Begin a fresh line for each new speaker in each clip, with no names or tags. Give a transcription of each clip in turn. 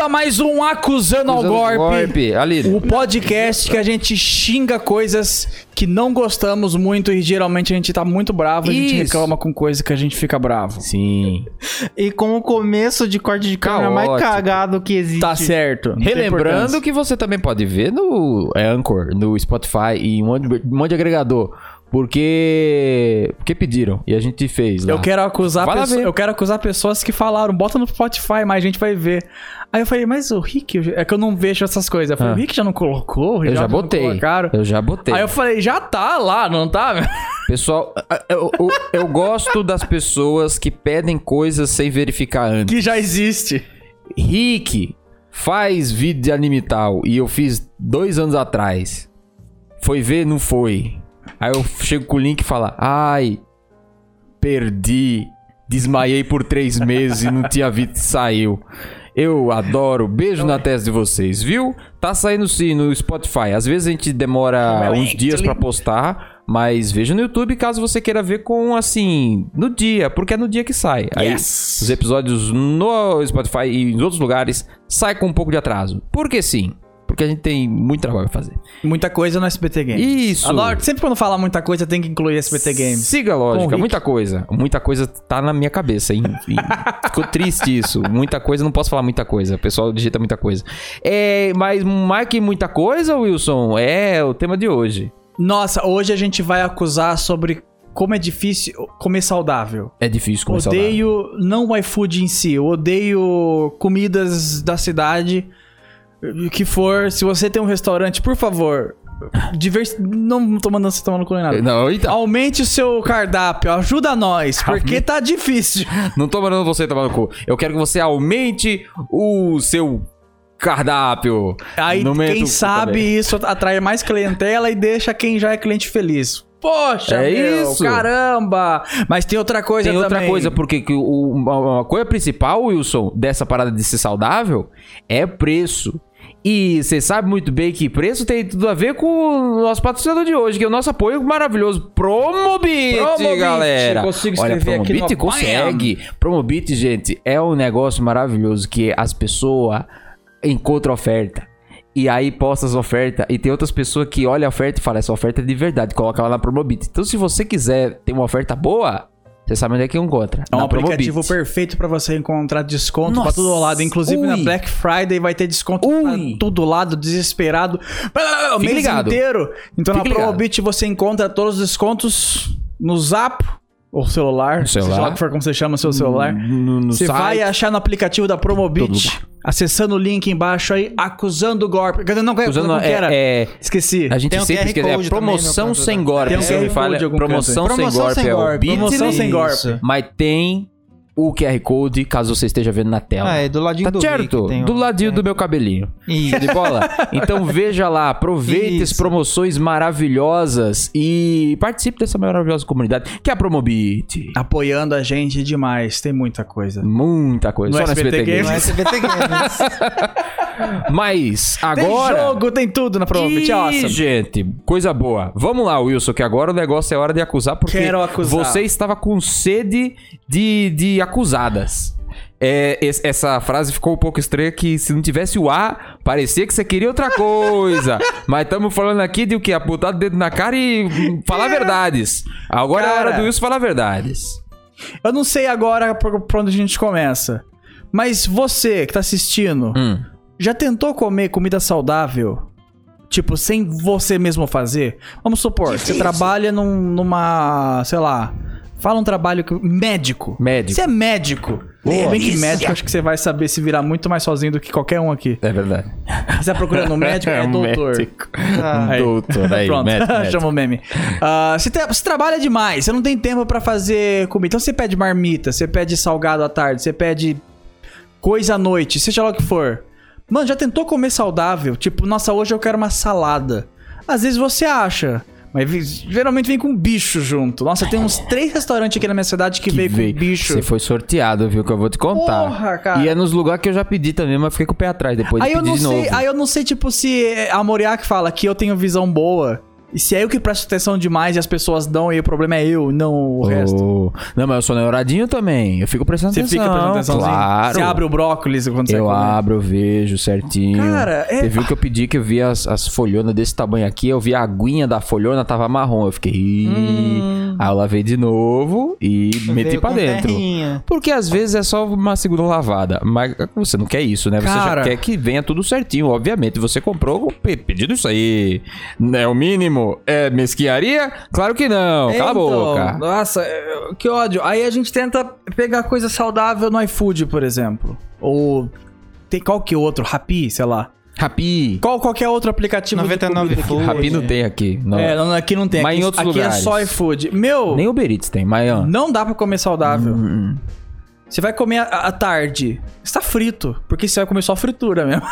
a mais um Acusando,
Tá
ao
Acusando
Golpe.
ao Golpe, Aline.
O podcast que a gente xinga coisas que não gostamos muito e geralmente a gente tá muito bravo, a gente
Isso.
reclama com coisa que a gente fica bravo.
Sim.
E com o começo de corte de câmera mais
Caótico.
cagado que existe.
Tá certo. não tem
Relembrando
importância.
que você também pode ver no é, Anchor, no Spotify e em um monte, um monte de agregador. Porque. Porque pediram. E a gente fez. Lá.
Eu quero, acusar
Vai lá
pesso-
ver.
eu quero acusar pessoas que falaram, bota no Spotify, mas a gente vai ver. Aí eu falei, mas o Rick, eu- é que eu não vejo essas coisas. Eu falei,
Ah.
o Rick já não colocou? O
Eu já
não
botei.
colocaram?"
Eu já botei.
Aí eu falei, já tá lá, não tá?
Pessoal, eu, eu- eu gosto das pessoas que pedem coisas sem verificar antes.
que já existe.
Rick faz vídeo de anime tal e eu fiz dois anos atrás. Foi ver, não foi. Aí eu chego com o link e falo, ai, perdi, desmaiei por três meses e não tinha visto, saiu. Eu adoro, beijo na testa de vocês, viu? Tá saindo sim no Spotify. Às vezes a gente demora uns dias pra postar, mas veja no YouTube caso você queira ver com assim, no dia, porque é no dia que sai. Aí os episódios no Spotify e em outros lugares sai com um pouco de atraso. Porque sim, porque a gente tem muito trabalho pra fazer.
Muita coisa no SBT Games.
Isso.
Adoro, sempre quando falar muita coisa tem que incluir SBT Games.
Siga a
Com o
lógica,
Rick.
muita coisa. Muita coisa tá na minha cabeça, hein? E Ficou triste isso. Muita coisa, não posso falar muita coisa. O pessoal digita muita coisa. É, mas marque muita coisa, Wilson. É o tema de hoje.
Nossa, hoje a gente vai acusar sobre como é difícil comer saudável.
É difícil começar lá.
odeio não o iFood em si, eu odeio comidas da cidade. O que for, se você tem um restaurante, por favor, divers... não tô mandando você tomar no cu nem nada.
Não, então.
Aumente o seu cardápio, ajuda nós, porque tá difícil.
Não tô mandando você tomar no cu. Eu quero que você aumente o seu cardápio.
Aí
Não meta o
quem
cu
sabe
também.
isso atrai mais clientela e deixa quem já é cliente feliz. Poxa,
É
meu,
isso.
caramba! Mas tem outra coisa
Tem outra
também.
coisa, porque que o- uma uma coisa principal, Wilson, dessa parada de ser saudável é preço. E você sabe muito bem que preço tem tudo a ver com o nosso patrocinador de hoje, que é o nosso apoio maravilhoso Promobit,
Promobit,
galera.
consigo
Olha,
escrever aqui
Promobit
no
consegue. Promobit, gente, é um negócio maravilhoso que as pessoas encontram oferta. E aí posta as ofertas e tem outras pessoas que olham a oferta e falam, essa oferta é de verdade, coloca lá na Promobit. Então se você quiser ter uma oferta boa, você sabe onde é que encontra.
É um
na Promobit.
aplicativo perfeito pra você encontrar desconto pra
Nossa,
todo lado. Inclusive na
ui.
Black Friday vai ter desconto pra
Ui.
todo lado, desesperado. O
Fique
mês
ligado.
inteiro. Então
Fique
na
ligado.
Promobit você encontra todos os descontos no Zap ou celular,
No celular.
seja lá que for como você chama seu celular.
No, no
Você
site.
vai achar no aplicativo da
Todo
Promobit,
lugar. acusando
acessando o link embaixo aí, acusando o golpe. Cadê? Não,
Usando,
como que era?
é, é,
Esqueci.
a gente
Tem um
sempre
QR
esquece.
Code
É
também
promoção
no canto
sem
da-
golpe.
Tem um
Você me
QR
fala,
Code em algum
promoção
canto.
sem
Promoção
golpe
sem
é o
golpe,
Bitly,
Promoção sem
Isso.
golpe.
mas tem o QR Code caso você esteja vendo na tela.
Ah, é do ladinho
Tá
do
certo?
Rick tem
Do
um-
ladinho do meu cabelinho.
Ih,
Show de bola? Então veja lá, aproveite as
Isso.
promoções maravilhosas e participe dessa maravilhosa comunidade que é a Promobit.
Apoiando a gente demais, tem muita coisa.
Muita coisa.
No
Só
SBT
no SBT
Games.
Não é SBT Games.
Mas
Tem
agora.
jogo, tem tudo na Promobit, é
Ih,
awesome.
gente, coisa boa. Vamos lá, Wilson, que agora o negócio é hora de acusar, porque
Quero acusar.
você estava com sede de, de acusadas. É, es- essa frase ficou um pouco estranha que se não tivesse o A, parecia que você queria outra coisa. Mas estamos falando aqui de o quê? Apontar o dedo na cara e hum, falar verdades. Agora é a hora
É. Cara.
do Wilson falar verdades.
Eu não sei agora pra pra onde a gente começa. Mas você que tá assistindo,
Hum.
já tentou comer comida saudável? Tipo, sem você mesmo fazer? Vamos supor,
é
você trabalha num- numa. sei lá. Fala um trabalho que- médico.
Médico.
Você é médico. Se bem que médico, acho que você vai saber se virar muito mais sozinho do que qualquer um aqui.
É verdade.
Você tá procurando um médico, é doutor.
Médico. Um
Ah,
Aí.
Doutor, aí,
Pronto,
médico, médico.
chama o meme. Ah, você, tra- você trabalha demais, você não tem tempo pra fazer comida. Então você pede marmita, você pede salgado à tarde, você pede coisa à noite, seja lá o que for. Mano, já tentou comer saudável? Tipo, nossa, hoje eu quero uma salada. Às vezes você acha, mas vi- geralmente vem com bicho junto. Nossa, tem uns três restaurantes aqui na minha cidade que, veio,
veio.
com bicho.
Você foi sorteado, viu? Que eu vou te contar.
Porra, cara.
E é nos lugares que eu já pedi também, mas fiquei com o pé atrás depois de
Aí eu,
pedir
não
de novo.
sei, aí eu não sei, tipo, se é a Moriá que fala que eu tenho visão boa E se é eu que presto atenção demais e as pessoas dão, e o problema é eu, não o resto.
Oh. Não, mas eu sou neuradinho também. Eu fico prestando
Você
atenção.
fica prestando atençãozinho?
Claro.
Você abre o né? brócolis quando você
Eu
come?
abro, eu vejo certinho.
Cara, é-
Você viu que eu pedi que eu vi as, as folhonas desse tamanho aqui, eu vi a aguinha da folhona, tava marrom. Eu fiquei. "Ih".
Hum.
Aí eu lavei de novo e meti
Veio
pra
com
dentro.
terrinha.
Porque às vezes é só uma segunda lavada. Mas você não quer isso, né? Você
Cara.
já quer que venha tudo certinho. Obviamente, você comprou pe- pedido isso aí. É o mínimo? É mesquiaria? Claro que não. Cala a
Então,
boca.
Nossa, é, que ódio. Aí a gente tenta pegar coisa saudável no iFood, por exemplo. Ou tem qualquer outro, Rappi, sei lá.
Rapi.
Qual qualquer outro
Tipo
aplicativo
99
de comida.
Rapi não tem aqui. Não.
É, não, aqui não tem.
Mas
aqui,
em outros
aqui é
lugares.
só iFood. Meu,
Nem o Beritz tem, mas. ó,
não dá pra comer saudável.
Hum,
Você vai comer à- à tarde, está frito, porque você vai comer só fritura mesmo.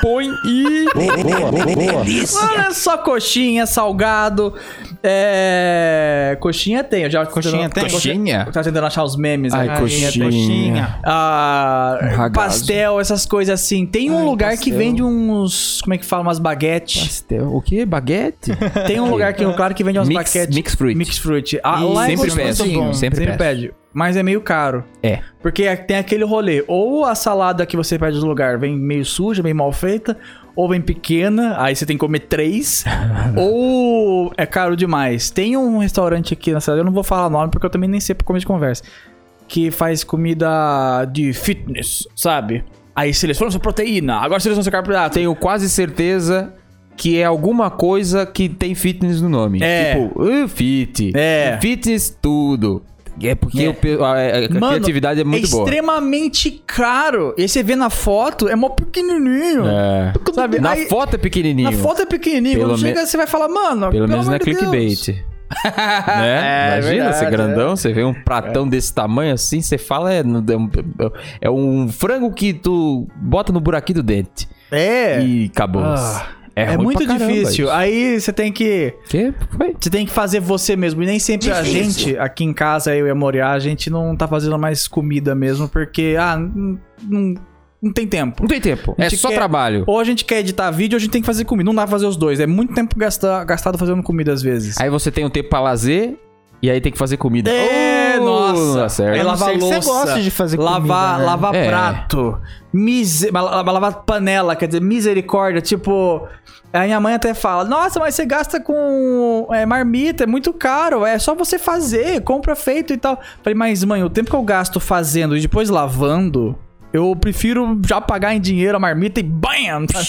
Põe e.
Mano, é só coxinha, salgado. É. Coxinha tem, eu já.
Coxinha tem?
Coxinha?
Eu tava tentando achar os memes
É,
Ai,
aqui.
coxinha.
Ah,
Ragazzo.
pastel, essas coisas assim. Tem um
Ai,
lugar que
pastel.
vende uns. Como é que fala? Umas baguetes.
Pastel. O quê? Baguete?
Tem um lugar que, claro, que vende umas
Mix-
baguetes.
mix fruit.
Mix fruit. Ah,
Ih,
lá é
sempre
gostoso.
peço.
muito bom.
Sempre,
Sempre
peço.
pede. Mas é meio caro.
É.
Porque tem aquele rolê. Ou a salada que você pede do lugar vem meio suja, meio mal feita. Ou vem pequena, aí você tem que comer três. ou é caro demais. Tem um restaurante aqui na cidade, eu não vou falar o nome porque eu também nem sei pra comer de conversa. Que faz comida de fitness, sabe? Aí seleciona sua proteína, agora seleciona seu carboidrato.
Ah, Tenho quase certeza que é alguma coisa que tem fitness no nome.
É.
Tipo, uh, fit.
É.
Fitness tudo. É porque
É.
o pe- a, a- a
Mano,
criatividade é muito
é
boa.
extremamente caro. E aí você vê na foto, é mó pequenininho.
É.
Sabe?
Na
Aí-
foto é pequenininho.
Na foto é pequenininho,
Pelo
quando
me-
chega você vai falar, mano,
Pelo menos não
amor
é
de
clickbait.
Deus.
né?
é
Imagina, você
verdade,
grandão, você vê um pratão desse tamanho assim, você fala, é, é um, é um frango que tu bota no buraquinho do dente.
É.
E acabou.
Ah,
é Ah,
É,
ruim
muito
pra caramba
difícil.
isso.
Aí você tem que.
Que? Foi?
Você tem que fazer você mesmo. E nem sempre a gente, aqui em casa, eu e a Moriá, a gente não tá fazendo mais comida mesmo, porque, ah, não, não- não tem tempo.
Não tem tempo.
A
É
gente
só
quer-
trabalho.
Ou a gente quer editar vídeo, ou a gente tem que fazer comida. Não dá pra fazer os dois. É muito tempo gasta- gastado fazendo comida às vezes.
Aí você tem um tempo pra lazer e aí tem que fazer comida.
É,
Oh,
nossa.
não dá certo.
Aí
A não
lavar
ser que
louça.
Você gosta de fazer
lavar
comida, né?
lavar
É.
prato, mise- la- la- lavar panela, quer dizer, misericórdia, tipo... A minha mãe até fala, nossa, mas você gasta com é, marmita, é muito caro, é só você fazer, compra feito e tal. Falei, mas mãe, o tempo que eu gasto fazendo e depois lavando, eu prefiro já pagar em dinheiro a marmita e bam! tá?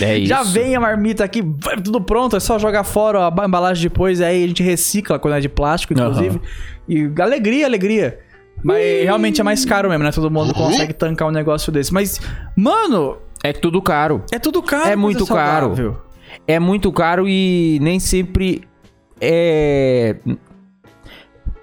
É isso.
Já vem a marmita aqui, vai tudo pronto, é só jogar fora a embalagem depois, aí a gente recicla quando é de plástico, inclusive. E alegria, alegria. Mas realmente é mais caro mesmo, né? Todo mundo consegue tancar um negócio desse. Mas, mano,
É tudo caro.
é tudo caro.
É
coisa
muito caro.
saudável.
É muito caro e nem sempre é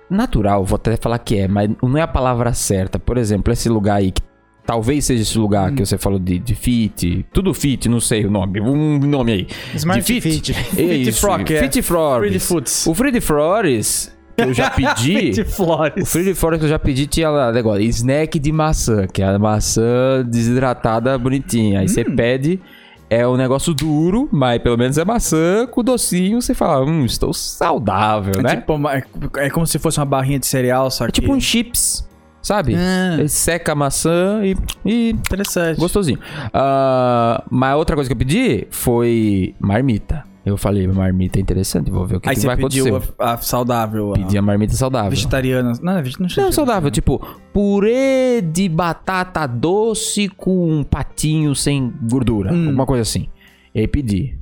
natural, vou até falar que é, mas não é a palavra certa. Por exemplo, esse lugar aí que talvez seja esse lugar
Hum.
que você falou de, de fit, tudo fit, não sei o nome, um nome aí.
Smart
de
Fit.
É
Fit
isso.
Frock, é.
Fit Frog.
Pretty Foods.
O Freddy Flores, que eu já pedi.
De
O
flores.
Free Forest que eu já pedi tinha lá negócio, snack de maçã, que é a maçã desidratada bonitinha. Aí você
Hum.
pede, é um negócio duro, mas pelo menos é maçã com docinho. Você fala, hum, estou saudável,
É
né?
tipo uma- é como se fosse uma barrinha de cereal, só
É
que...
tipo um chips, sabe?
Ah.
Ele seca a maçã e, e
Interessante.
gostosinho. Ah, mas outra coisa que eu pedi foi marmita. Eu falei, marmita é interessante, vou ver o que,
Aí
que
você
vai
pediu
acontecer.
a, a saudável, a
Pedi a marmita saudável.
vegetariana. Não, é vege- não,
Não, saudável, tipo, purê de batata doce com um patinho sem gordura,
Hum.
alguma coisa assim. E aí pedi.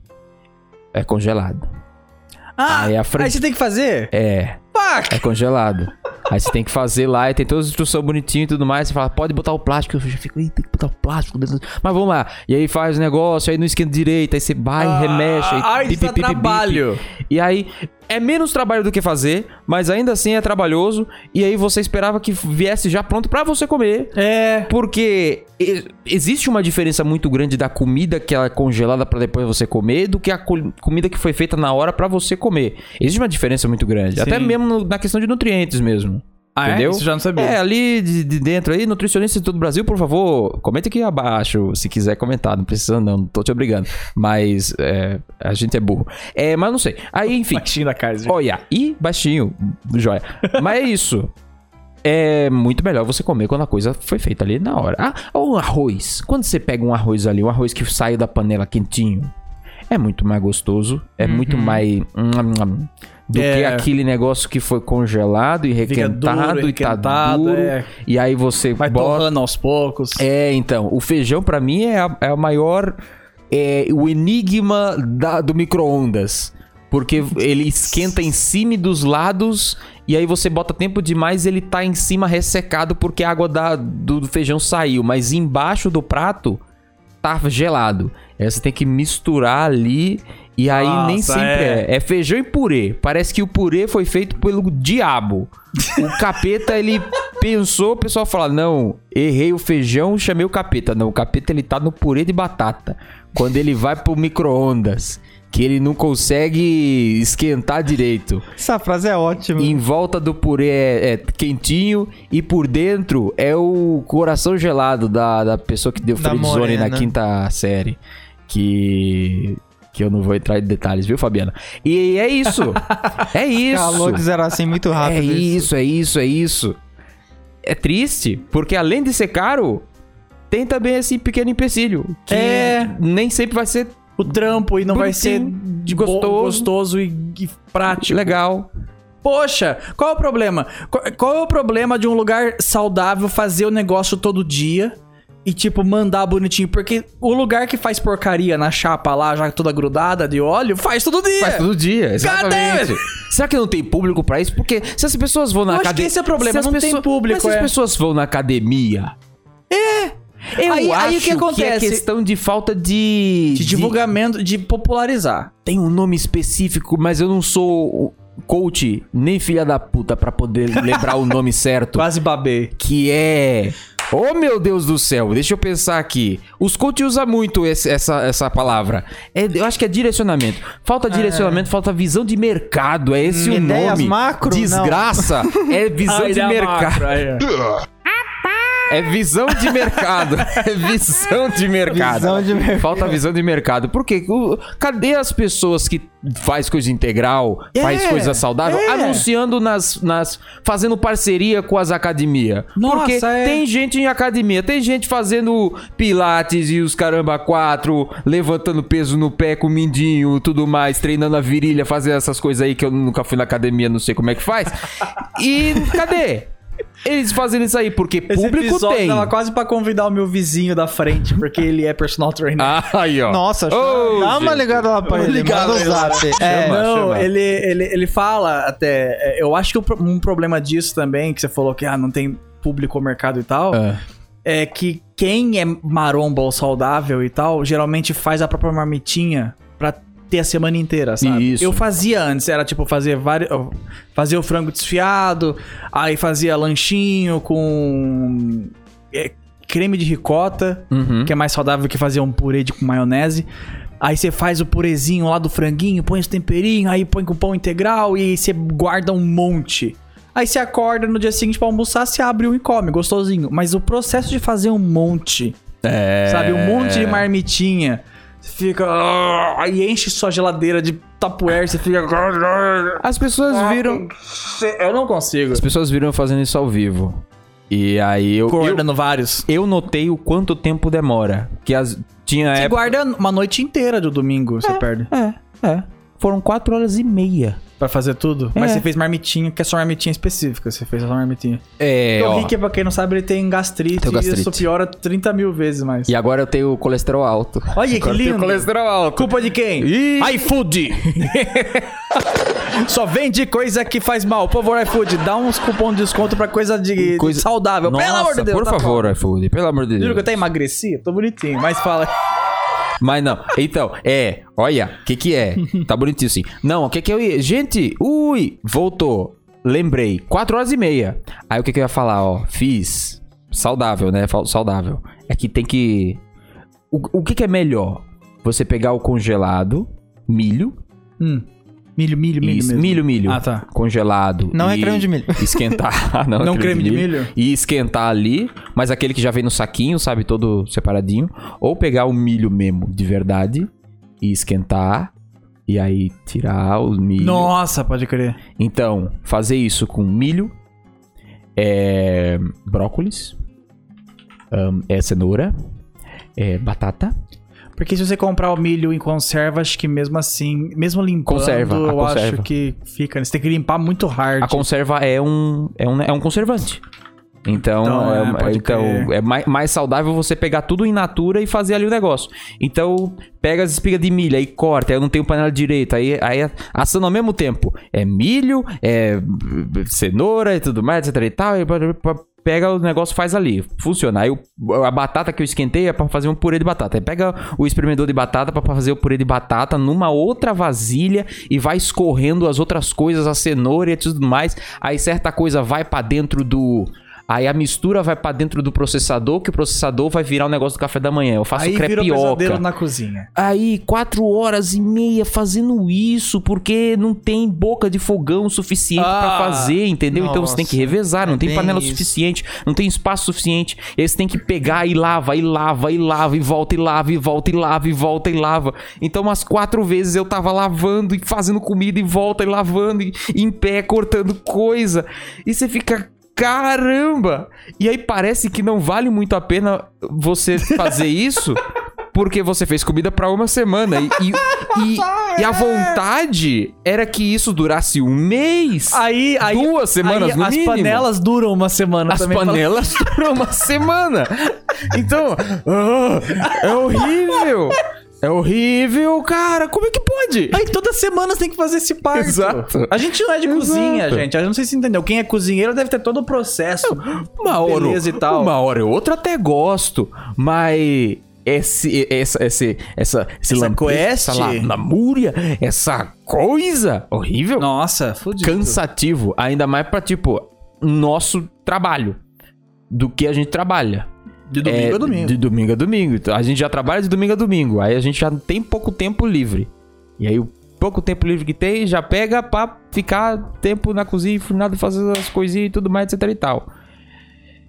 É congelado.
Ah,
Aí
aí,
a fran-
você tem que fazer?
É,
Fuck!
é congelado. aí você tem que fazer lá e tem todas as instruções bonitinhas e tudo mais. Você fala, pode botar o plástico. Eu já fico, "Ih, tem que botar o plástico dentro. do-". Mas vamos lá. E aí faz o negócio, aí não esquenta direito, aí você vai,
Ah,
remexe, aí
ai,
bip,
dá
bip, bip, bip.
trabalho.
E aí é menos trabalho do que fazer, mas ainda assim é trabalhoso. E aí você esperava que viesse já pronto pra você comer.
É.
Porque e- existe uma diferença muito grande da comida que ela é congelada pra depois você comer do que a co- comida que foi feita na hora pra você comer. Existe uma diferença muito grande, até mesmo no- na questão de nutrientes mesmo.
Ah,
entendeu?
é? Isso eu já não sabia.
É, ali de, de dentro aí, nutricionista do Brasil, por favor, comente aqui abaixo, se quiser comentar, não precisa não, não tô te obrigando. Mas é, a gente é burro. É, mas não sei. Aí, enfim,
Baixinho da casa.
olha, e baixinho, joia. Mas é isso. É muito melhor você comer quando a coisa foi feita ali na hora. Ah, ou arroz. Quando você pega um arroz ali, um arroz que sai da panela quentinho, é muito mais gostoso, é muito mais nham, nham, do que
Uhum. É.
aquele negócio que foi congelado e
Fica
requentado
duro,
e tá
requentado,
duro.
é.
E aí você
Vai
bota.
torrando aos poucos.
É, então, o feijão pra mim é a, é a maior. É, o enigma da- do micro-ondas. Porque ele esquenta em cima e dos lados, e aí você bota tempo demais ele tá em cima ressecado porque a água da- do, do feijão saiu. Mas embaixo do prato tá gelado. Aí você tem que misturar ali, e aí nem
Nossa,
sempre
é.
é. é. feijão e purê. Parece que o purê foi feito pelo diabo. O capeta, ele pensou, o pessoal fala: Não, errei o feijão, chamei o capeta. Não, o capeta ele tá no purê de batata. Quando ele vai pro micro-ondas, que ele não consegue esquentar direito.
Essa frase é ótima.
Em volta do purê é, é quentinho e por dentro é o coração gelado da, da pessoa que deu
Da
Friendzone na
morena.
quinta série. Que. Que eu não vou entrar em detalhes, viu, Fabiana? E é isso! é isso!
Calou de zero assim muito rápido.
É isso, é isso, é isso. É triste, porque além de ser caro, tem também esse pequeno empecilho. Que
É.
nem sempre vai ser
O trampo e não vai ser
Bonitinho,
de gostoso,
gostoso.
gostoso e, e prático.
legal.
Poxa, qual é o problema? Qual, qual é o problema de um lugar saudável fazer o negócio todo dia e, tipo, mandar bonitinho? Porque o lugar que faz porcaria na chapa lá, já toda grudada de óleo, faz todo dia.
Faz todo dia, exatamente.
Cadê?
Será que não tem público pra isso? Porque se as pessoas vão na
Eu acho que
academia...
esse é o problema, não tem público,
Mas se as
é.
pessoas vão na academia... É! Eu
Aí-
acho
aí o que
que, é
acontece?
questão de falta de...
De divulgamento, de popularizar.
Tem um nome específico, mas eu não sou coach nem filha da puta pra poder lembrar o nome certo.
Quase babei.
que é. Oh meu Deus do céu, deixa eu pensar aqui. Os coach usam muito esse- essa, essa palavra. É, eu acho que é direcionamento. Falta direcionamento, falta visão de mercado. É esse o
É. Hum, Ideias
nome.
macro? Não. Ah,
Desgraça. É visão de mercado. É visão de mercado. É visão de mercado.
Visão de mercado.
Falta visão de mercado. Por quê? O- Cadê as pessoas que faz coisa integral, faz coisa saudável,
é.
anunciando nas, nas. fazendo parceria com as academias?
Nossa,
Porque
é.
tem gente em academia, tem gente fazendo pilates e os caramba quatro, levantando peso no pé com o mindinho tudo mais, treinando a virilha, fazendo essas coisas aí que eu nunca fui na academia, não sei como é que faz. E cadê? Eles fazendo isso aí, porque
Esse
público
episódio
tem.
tava quase pra convidar o meu vizinho da frente, porque ele é personal trainer.
Ah, aí, ó.
Nossa,
Ô,
dá uma
gente.
ligada lá pra ele.
Ligada
manda o
lá.
zap. É,
Chama.
não, Ele, ele, ele fala até. é, Eu acho que o pro- um problema disso também, que você falou que ah, não tem público ou mercado e tal,
Ah.
é que quem é maromba ou saudável e tal, geralmente faz a própria marmitinha pra ter a semana inteira, sabe?
Isso.
Eu fazia antes, era tipo fazer vários. Fazia o frango desfiado, aí fazia lanchinho com. é, creme de ricota
Uhum.
que é mais saudável que fazer um purê de, com maionese. Aí você faz o purezinho lá do franguinho, põe os temperinhos, aí põe com pão integral e você guarda um monte. Aí você acorda no dia seguinte pra almoçar, você abre um e come, gostosinho. Mas o processo de fazer um monte,
É.
sabe? Um monte de marmitinha. Você fica. ah, Aí enche sua geladeira de tapuer, você fica.
As pessoas viram.
Eu não consigo.
As pessoas viram eu fazendo isso ao vivo. E aí eu. Eu,
Guardando vários.
eu notei o quanto tempo demora. Que as, tinha
Você
época.
guarda uma noite inteira do domingo, você perde.
É, é. Foram quatro horas e meia.
Pra fazer tudo? Mas
É.
você fez marmitinha, que é só marmitinha específica. Você fez só marmitinha.
É,
Porque o
ó.
Então, Rick, pra quem não sabe, ele tem gastrite.
Tenho
E
gastrite.
isso piora 30 mil vezes mais.
E agora eu tenho colesterol alto.
Olha que
Agora eu tenho
lindo.
colesterol alto.
Culpa de quem?
Ih.
iFood! Só vende coisa que faz mal. Por favor, iFood, dá uns cupom de desconto pra coisa de
Coisa-
saudável. pelo
Nossa,
amor de Deus.
Por
tá
favor, iFood, pelo amor de
bom. Juro que eu
Deus.
até emagreci? Tô bonitinho, mas fala.
Mas não. Então, é, olha, o que que é? Tá bonitinho sim. Não, o que que eu ia... Gente, ui, voltou. Lembrei, quatro horas e meia. Aí o que que eu ia falar, ó, fiz. Saudável, né? Fal- Saudável. É que tem que... O, o que que é melhor? Você pegar o congelado, milho,
Hum. Milho, milho, milho.
Isso,
mesmo.
milho, milho.
Ah, tá.
Congelado.
Não é
e
creme de milho.
Esquentar. Não, é
Não creme de milho?
E esquentar ali, mas aquele que já vem no saquinho, sabe? Todo separadinho. Ou pegar o milho mesmo, de verdade, e esquentar. E aí tirar o milho.
Nossa, pode crer.
Então, fazer isso com milho, é, brócolis, ahn, é cenoura, é batata.
Porque se você comprar o milho em conserva, acho que mesmo assim, mesmo limpando,
Conserva, a
eu
conserva.
acho que fica. né? Você tem que limpar muito hard.
A conserva é um, é um, é um conservante. Então,
Então,
é,
é, pode
é- então,
crer.
é mais, mais saudável você pegar tudo in natura e fazer ali o negócio. Então, pega as espigas de milho, aí corta, aí eu não tenho panela direita, aí, aí assando ao mesmo tempo. É milho, é cenoura e tudo mais, etc e tal, e pá, pá, pá, pega o negócio faz ali. Funciona. Aí o- a batata que eu esquentei é pra fazer um purê de batata. Aí pega o espremedor de batata pra fazer o purê de batata numa outra vasilha e vai escorrendo as outras coisas, a cenoura e tudo mais. Aí certa coisa vai pra dentro do... Aí a mistura vai pra dentro do processador, que o processador vai virar o negócio do café da manhã. Eu faço
Aí vira o
crepioca.
pesadelo na cozinha.
Aí, quatro horas e meia fazendo isso, porque não tem boca de fogão suficiente
Ah,
pra fazer, entendeu? então você tem que
nossa,
revezar, não
é
tem
bem
panela
isso.
suficiente, não tem espaço suficiente. E aí você tem que pegar e lava, e lava, e lava, e volta, e lava, e volta, e lava, e volta, e lava. Então, umas quatro vezes eu tava lavando e fazendo comida, e volta, e lavando, e em pé, cortando coisa. E você fica. Caramba! E aí parece que não vale muito a pena você fazer isso, porque você fez comida pra uma semana e, e, e- e a vontade era que isso durasse um mês,
Aí, aí,
duas semanas
aí
no
as
mínimo.
panelas duram uma semana
as
também. Fala-
panelas duram uma semana. Então, ah, é horrível. É horrível, cara. Como é que pode?
Aí toda semana você tem que fazer esse parto.
Exato.
A gente não é de
Exato.
cozinha, gente. Eu não sei se entendeu. Quem é cozinheiro deve ter todo o processo.
Uma hora,
Beleza e tal.
uma hora, eu outra até gosto, mas esse, essa, esse, essa, esse
Essa
lampejo,
quest?
essa la- lamúria, essa coisa horrível,
Nossa, fudido.
cansativo, ainda mais pra, tipo, nosso trabalho, do que a gente trabalha.
De domingo a domingo.
é, De domingo a domingo. Então, A gente já trabalha de domingo a domingo. Aí a gente já tem pouco tempo livre. E aí o pouco tempo livre que tem já pega pra ficar tempo na cozinha, nada fazendo as coisinhas e tudo mais, etc e tal.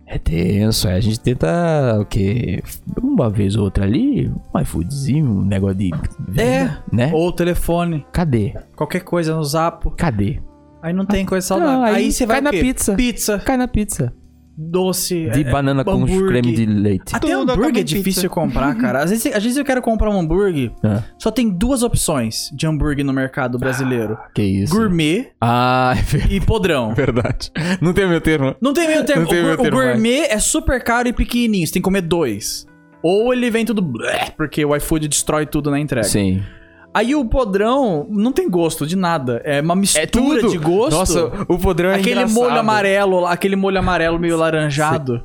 É tenso, aí a gente tenta o quê? Uma vez ou outra ali, um iFoodzinho, um negócio de.
É.
Né?
Ou telefone,
Cadê?
qualquer coisa no zapo.
Cadê?
Aí não tem coisa saudável.
Não, aí
aí, você vai
cai na
o quê?
pizza.
Pizza,
Cai na pizza.
doce.
De
é,
banana com
hambúrguer.
creme de leite.
Até
Tudo acaba
hambúrguer é
em
difícil
pizza.
comprar, cara. Às vezes, às vezes eu quero comprar um hambúrguer.
Ah,
Só tem duas opções de hambúrguer no mercado brasileiro:
Ah, que isso.
gourmet
Ah, é ver-
e podrão.
verdade. Não tem meu termo.
Não tem meio termo.
Não tem
o,
meio
gur- o
termo,
gourmet é super caro e pequenininho. Você tem que comer dois. Ou ele vem tudo blé, porque o iFood destrói tudo na entrega.
Sim.
Aí o podrão não tem gosto de nada. É uma mistura de gosto.
Nossa, o podrão é
aquele
engraçado.
molho amarelo, lá, aquele molho amarelo meio laranjado.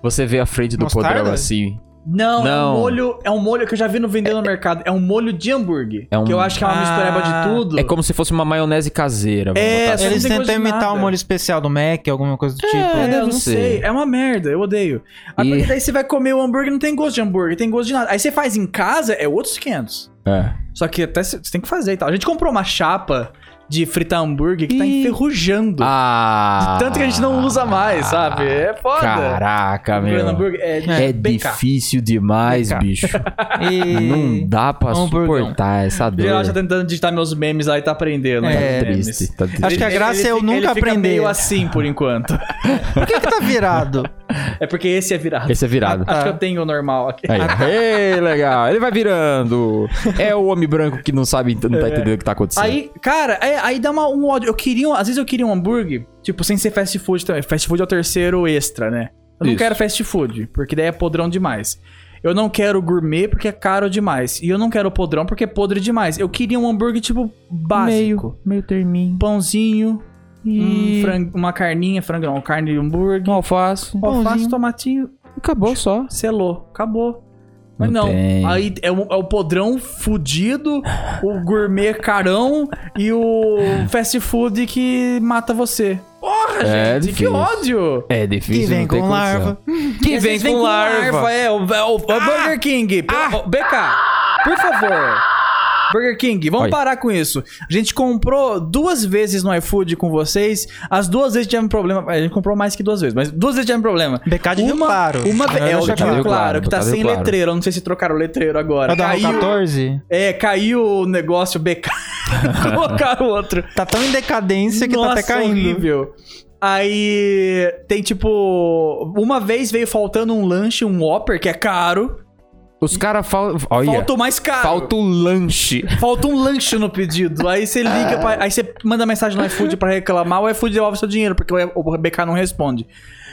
Você vê a frente do
Mostarda?
podrão assim.
Não, é
Não.
um molho, é um molho que eu já vi no vendendo no mercado. É um molho de hambúrguer.
É um-
Que eu acho que é uma
Ah,
mistureba de tudo.
É como se fosse uma maionese caseira. vamos
É,
botar assim.
não
Eles
tem gosto de
tentam imitar
nada.
um molho especial do Mac, alguma coisa do
É,
tipo.
eu
deve
não
ser.
sei. É uma merda, eu odeio. Aí
E-
porque daí você vai comer o hambúrguer não tem gosto de hambúrguer, tem gosto de nada. Aí você faz em casa, é outros 500.
É.
Só que até você tem que fazer e tal. A gente comprou uma chapa de fritar hambúrguer que tá
Ih.
enferrujando.
Ah.
De tanto que a gente não usa mais, sabe? É foda.
Caraca,
Hambúrguer,
meu.
hambúrguer é,
É
BK.
difícil demais,
BK.
bicho.
E...
Não dá pra
Hamburgão.
suportar essa dor.
Geral tá tentando digitar meus memes lá e tá aprendendo.
É,
né, memes.
Triste. Tá triste.
Acho que a graça é eu
fica-
nunca
fica
aprender.
meio assim por enquanto.
Por que que tá virado?
É porque esse é virado.
Esse é virado.
Acho que eu tenho o normal
É,
aqui.
Aí. Ei, legal. Ele vai virando. É o homem branco que não sabe, não
É.
tá entendendo o que tá acontecendo.
Aí, cara, é, aí dá uma, um ódio. Eu queria, um- às vezes eu queria um hambúrguer, tipo, sem ser fast food também. Fast food é o terceiro extra, né? Eu não
Isso.
quero fast food, porque daí é podrão demais. Eu não quero gourmet porque é caro demais. E eu não quero podrão porque é podre demais. Eu queria um hambúrguer tipo básico.
meio, meio terminho.
Um pãozinho,
Hum.
um fran- uma carninha, frango não, carne de hambúrguer,
Um alface.
alface,
pãozinho.
tomatinho,
Acabou só.
selou, acabou. Mas
Não
não,
tem.
aí é o, é o podrão fudido, o gourmet carão e o fast food que mata você. Porra,
É
gente,
difícil.
que ódio!
É
Que
difícil,
vem
não tem
com
condição.
larva.
Que
Às vezes
Ah!
é, o, é o- o Burger King, pelo- o BK, por favor, Burger King, vamos
Olha.
parar com isso. A gente comprou duas vezes no iFood com vocês. As duas vezes tivemos problema. A gente comprou mais que duas vezes, mas duas vezes tivemos problema.
Becado de Rio
uma,
Claro.
Uma
Ah,
vez. É,
deixa
o de
claro.
Rio Claro,
Claro,
que tá
Rio
sem
Claro. um
letreiro. Eu não sei se trocaram o letreiro agora.
Pra dar
Caiu,
14.
é, caiu o negócio, o BK. Colocaram outro.
Tá tão em decadência que tá até caindo.
horrível. Aí tem tipo. Uma vez veio faltando um lanche, um Whopper, que é caro.
Os caras falam.
Oh,
Olha,
Falta o mais caro.
falta o lanche.
Falta um lanche no pedido. Aí você liga, pra- aí você manda mensagem no iFood pra reclamar, o iFood devolve seu dinheiro, porque o o BK não responde.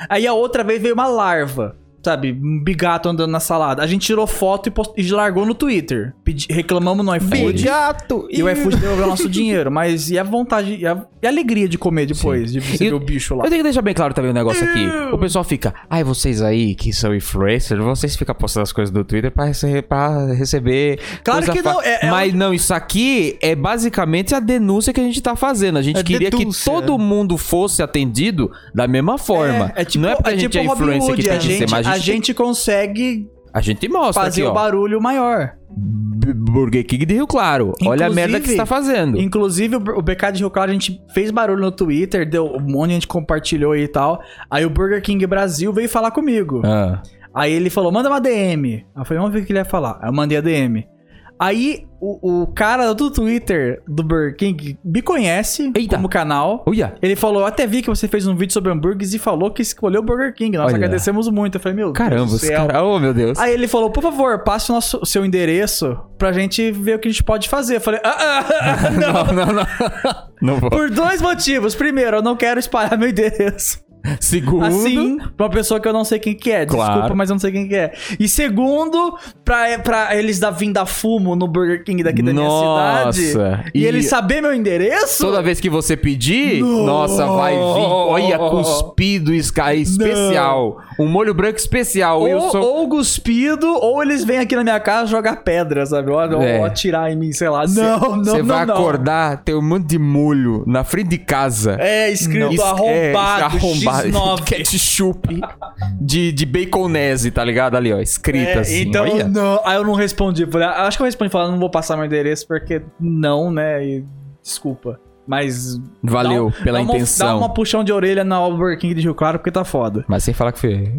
Aí a outra vez veio uma larva, sabe? Um bigato andando na salada. A gente tirou foto e, post- e largou no Twitter. Pedi- Reclamamos no iFood.
Gato!
E o iFood devolveu nosso dinheiro. Mas e a vontade, e a, e a alegria de comer depois, de você
E-
ver o bicho lá.
Eu tenho que deixar bem claro também um negócio aqui. O pessoal fica, ai, vocês aí que são influencers, vocês ficam postando as coisas do Twitter pra, rece- pra receber.
Claro
coisa
que
fa-
não, é- é
Mas não, isso aqui é basicamente a denúncia que a gente tá fazendo. A gente
É
queria
denúncia.
que todo mundo fosse atendido da mesma forma.
É, é tipo,
não é porque a gente é
tipo Robin
influencer
Hood,
que
a
tem que ser,
gente,
mas
a gente consegue
a gente mostra
fazer
aqui,
o
ó.
barulho maior.
B- Burger King de Rio Claro. Olha a merda que
Inclusive-
você tá fazendo.
Inclusive, o Bur- o BK de Rio Claro, a gente fez barulho no Twitter, deu um monte, a gente compartilhou e tal. Aí o Burger King Brasil veio falar comigo.
Ah,
Aí ele falou, manda uma DM. Aí eu falei, vamos ver o que ele ia falar. Aí eu mandei a DM. Aí o, o cara do Twitter do Burger King me conhece
Eita.
como canal.
Olha.
Ele falou, eu até vi que você fez um vídeo sobre hambúrgueres e falou que escolheu o Burger King. Nós
Olha.
agradecemos muito. Eu falei, meu Deus
Caramba,
do
os
céu.
caras. Oh, meu Deus.
Aí ele falou, por favor, passe o nosso, seu endereço pra gente ver o que a gente pode fazer. Eu falei, ah, ah, ah, ah, não.
Não, não, não. Não vou.
Por dois motivos. Primeiro, eu não quero espalhar meu endereço.
Segundo.
Assim, pra uma pessoa que eu não sei quem que é. Desculpa,
Claro.
mas eu não sei quem que é. E segundo, pra, pra eles dar vinda fumo no Burger King daqui da minha
Nossa.
cidade. E,
E-
ele saber meu endereço?
Toda vez que você pedir, nossa, vai vir. Olha, cuspido esca- especial. Um molho branco especial.
Ou,
eu sou.
ou cuspido, ou eles vêm aqui na minha casa jogar pedra, sabe? Ou, ou-
É.
ou atirar em mim, sei lá. não, não,
Você
não.
vai
não.
acordar, tem um monte de molho na frente de casa.
É, escrito
Isso- é,
arrombado,
arrombado.
X9.
é Ketchup de, de baconese, tá ligado? Ali, ó. Escrita
É,
assim.
então,
olha.
não, aí eu não respondi. Falei, ah, acho que eu respondi falando, não vou passar meu endereço, porque não, né? E desculpa. Mas.
Valeu
dá um-
pela
dá uma-
intenção.
dá uma puxão de orelha na Burger King de Rio Claro, porque tá foda.
Mas sem falar que foi.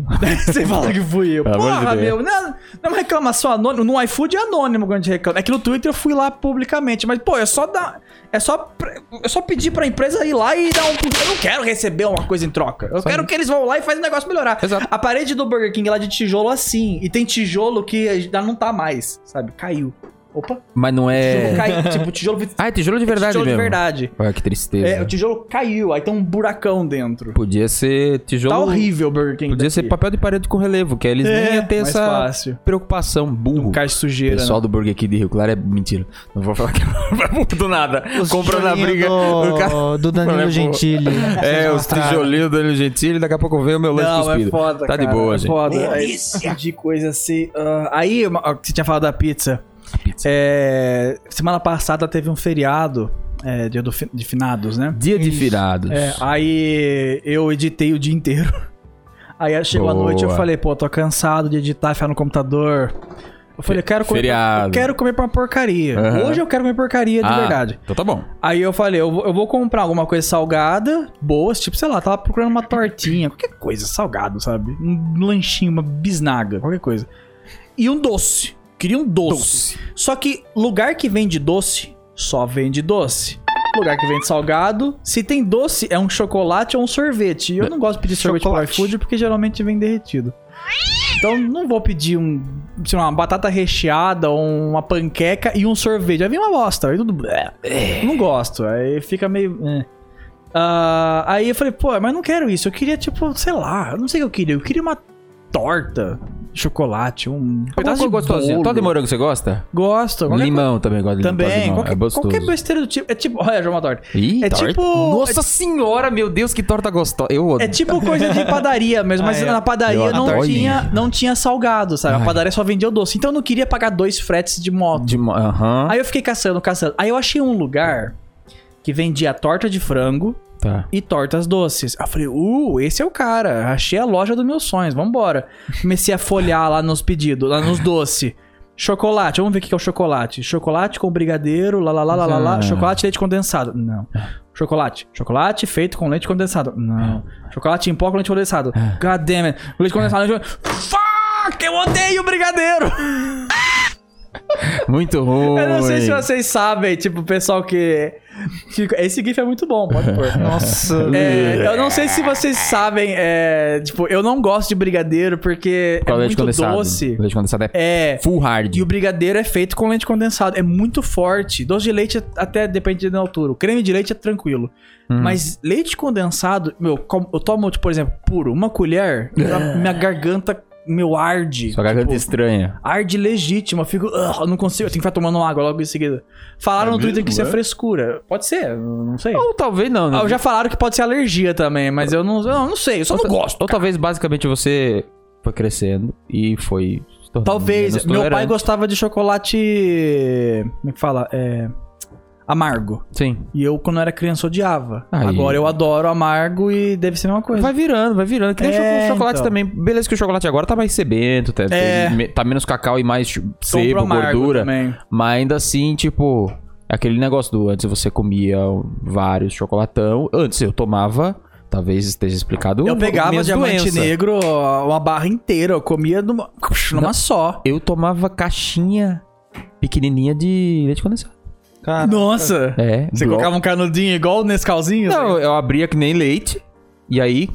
Você fala que fui eu.
Pelo amor de
Porra, meu.
Deus.
Não, não é uma reclamação anônima. No iFood é anônimo quando a gente reclama. É que no Twitter eu fui lá publicamente. Mas, pô, é só dar. É só, pre- é só pedir pra empresa ir lá e dar um. Eu não quero receber uma coisa em troca. Eu quero que eles vão lá e fazem o negócio melhorar.
Exato.
A parede do Burger King é lá de tijolo assim. E tem tijolo que já não tá mais, sabe? Caiu. Opa,
Mas não
tijolo
é.
caiu. Tipo, tijolo.
Ah, é tijolo de verdade
tijolo
mesmo.
de verdade.
Olha que tristeza.
É, o tijolo caiu. Aí tem um buracão dentro.
Podia ser tijolo.
Tá horrível o Burger King.
Podia ser
daqui.
papel de parede com relevo, que aí eles
É,
nem iam ter
mais
essa
fácil.
preocupação. Burro.
Cai
O
sujeira.
pessoal do Burger King de Rio Claro é mentira. Não vou falar que é burro do nada.
Os
Comprou na
tijolinhos
briga
do,
o cara-
do
Não é
Danilo
boa.
Gentili.
É, os tijolinhos do Danilo Gentili, daqui a pouco vem o meu lanche
Não,
cuspido.
é foda,
tá de
cara,
boa,
é
gente.
foda. É De coisa assim. ah, aí, uma- ó, você tinha falado da pizza.
pizza.
É, semana passada teve um feriado, é, dia do fi- de finados, né?
Dia de firados.
É, aí eu editei o dia inteiro. Aí chegou a
Boa.
noite eu falei, pô, tô cansado de editar, ficar no computador. Eu falei, eu quero comer,
Feriado.
eu quero comer pra uma porcaria.
Aham.
Hoje eu quero comer porcaria, é de
Ah,
verdade.
Então tá bom.
Aí eu falei, eu vou, eu vou comprar alguma coisa salgada, boa, tipo, sei lá, tava procurando uma tortinha, qualquer coisa, salgado, sabe? Um lanchinho, uma bisnaga, qualquer coisa. E um doce. Queria um doce. Só que lugar que vende doce, só vende doce. Lugar que vende salgado, se tem doce, é um chocolate ou um sorvete. E eu não gosto de pedir sorvete pro
Chocolate.
iFood porque geralmente vem derretido. Então não vou pedir um, sei lá, uma batata recheada, uma panqueca e um sorvete. Aí vem uma bosta, aí tudo. É, Não gosto. Aí fica meio. é. Ah, aí eu falei, pô, mas não quero isso. Eu queria, tipo, sei lá, eu não sei o que eu queria. Eu queria uma torta, chocolate, um
Alguma
pedaço
coisa
de
gostosinha.
bolo.
Tá de morango você gosta?
Gosto. qualquer
Limão também gosta de
co-
limão. tá de
Também.
limão.
qualquer,
é gostoso.
qualquer besteira do tipo. É tipo. Olha, João, uma torta.
Ih,
É
torta.
tipo-
Nossa senhora, meu Deus, que torta gostosa. Eu
É
odeio.
tipo coisa de padaria mesmo, mas
Ah, é.
na
Eu
padaria não
adoro.
tinha, não tinha salgado, sabe? A
Ai.
padaria só vendia o doce. Então eu não queria pagar dois fretes de moto.
De mo- Aham.
Aí eu fiquei caçando, caçando. Aí eu achei um lugar que vendia torta de frango,
Tá.
e tortas doces. Aí eu falei, uh, esse é o cara. Achei a loja dos meus sonhos, vambora. Comecei a folhar lá nos pedidos, lá nos doces. Chocolate, vamos ver o que que é o chocolate. Chocolate com brigadeiro, lá lá lá lá lá, lá.
Ah.
Chocolate e leite condensado. Não. Chocolate. Chocolate feito com leite condensado. Não. Chocolate em pó com leite condensado. God damn it. Leite condensado. Leite... con- Fuck! Eu odeio brigadeiro!
Muito ruim.
Eu não sei se vocês sabem, tipo, o pessoal que. que- Esse GIF é muito bom, pode pôr.
Nossa.
É, eu não sei se vocês sabem, é, tipo, eu não gosto de brigadeiro porque
Por
é
causa do leite
muito
condensado.
doce.
O leite condensado é,
É.
full hard.
E o brigadeiro é feito com leite condensado. É muito forte. Doce de leite é até depende da altura. O creme de leite é tranquilo. Mas leite condensado, meu, com- eu tomo, tipo, por exemplo, puro, uma colher, a minha garganta, meu, arde.
Sua garganta é
Tipo,
estranha.
Arde legítima, eu fico. "Ugh, eu não consigo, eu tenho que ficar tomando água logo em seguida. Falaram no Twitter que isso é frescura. Pode ser, eu não sei.
Ou talvez não, né?
Ah, já falaram que pode ser alergia também, mas eu não, eu não sei, eu só não gosto.
Ou talvez basicamente você foi crescendo e foi. se tornando
Talvez.
menos
Meu pai
tolerante.
gostava de chocolate. Como é que fala? É. Amargo.
Sim.
E eu, quando era criança, odiava.
Aí.
Agora eu adoro amargo e deve ser a mesma coisa.
Vai virando, vai virando. Que
É,
nem o cho- chocolate
então.
também. Beleza que o chocolate agora tá mais sebento, tá,
É.
tem me- tá menos cacau e mais tipo,
Tô pro
sebo,
amargo
gordura.
Também.
Mas ainda assim, tipo, aquele negócio do antes você comia vários chocolatão. Antes eu tomava, talvez esteja explicado.
Eu pegava
Uh, minhas
diamante
doenças.
negro, ó, uma barra inteira, eu comia numa, numa só.
Eu tomava caixinha pequenininha de leite condensado.
Cara,
Nossa!
É.
Você
bloco.
colocava um canudinho igual nesse calzinho?
Não, eu abria que nem leite. E aí.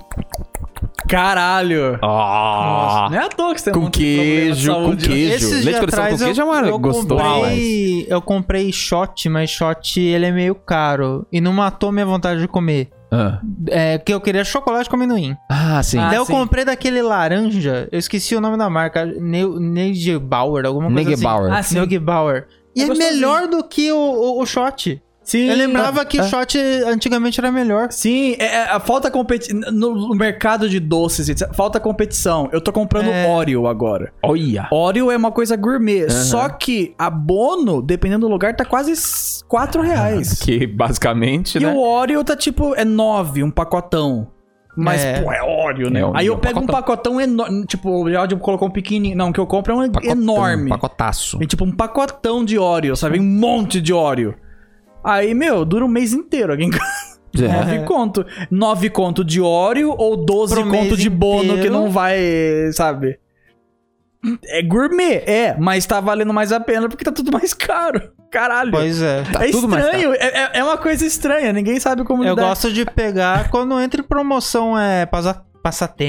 Caralho!
Ah!
Não é à toa que você tem um
com
monte de problema de
queijo, com
saúde.
queijo.
Esses
leite
dias
condensado com
atrás eu,
queijo é uma
eu
gostosa.
comprei, eu comprei shot, mas shot ele é meio caro e não matou minha vontade de comer.
Ah.
É, que eu queria chocolate com amendoim.
Ah, sim.
Daí eu
sim.
comprei daquele laranja, eu esqueci o nome da marca, Neu- Neugebauer, alguma coisa
Neugebauer.
Ah,
assim.
sim.
Neugebauer. E
É
é,
gostosinho.
melhor do que o, o, o shot.
Sim.
Eu lembrava que
é.
shot antigamente era melhor.
Sim, é, é, a falta competi no no mercado de doces, etc, falta competição. Eu tô comprando
É.
Oreo agora.
Olha.
Oreo é uma coisa gourmet, só que abono, dependendo do lugar, tá quase s- 4 reais.
Que basicamente,
e
né?
o Oreo tá tipo, é 9, um pacotão. Mas,
É.
pô, é Oreo, né?
É,
Aí
é
eu
um
pego um pacotão enorme, tipo, o Geraldo colocou um pequenininho, não, o que eu compro é um
Pacotão,
enorme.
Pacotaço.
Vem tipo um pacotão de Oreo, sabe? Um monte de Oreo. Aí, meu, dura um mês inteiro. Alguém
É.
Nove conto. Nove conto de Oreo ou 12
Pro
conto
mês
de bono
inteiro.
que não vai, sabe? É gourmet, é, mas tá valendo mais a pena porque tá tudo mais caro. Caralho.
Pois é.
Tá
é
tudo mais
estranho, é, é- é uma coisa estranha, ninguém sabe como
Eu
lidar.
gosto de pegar quando entra em promoção, é passa-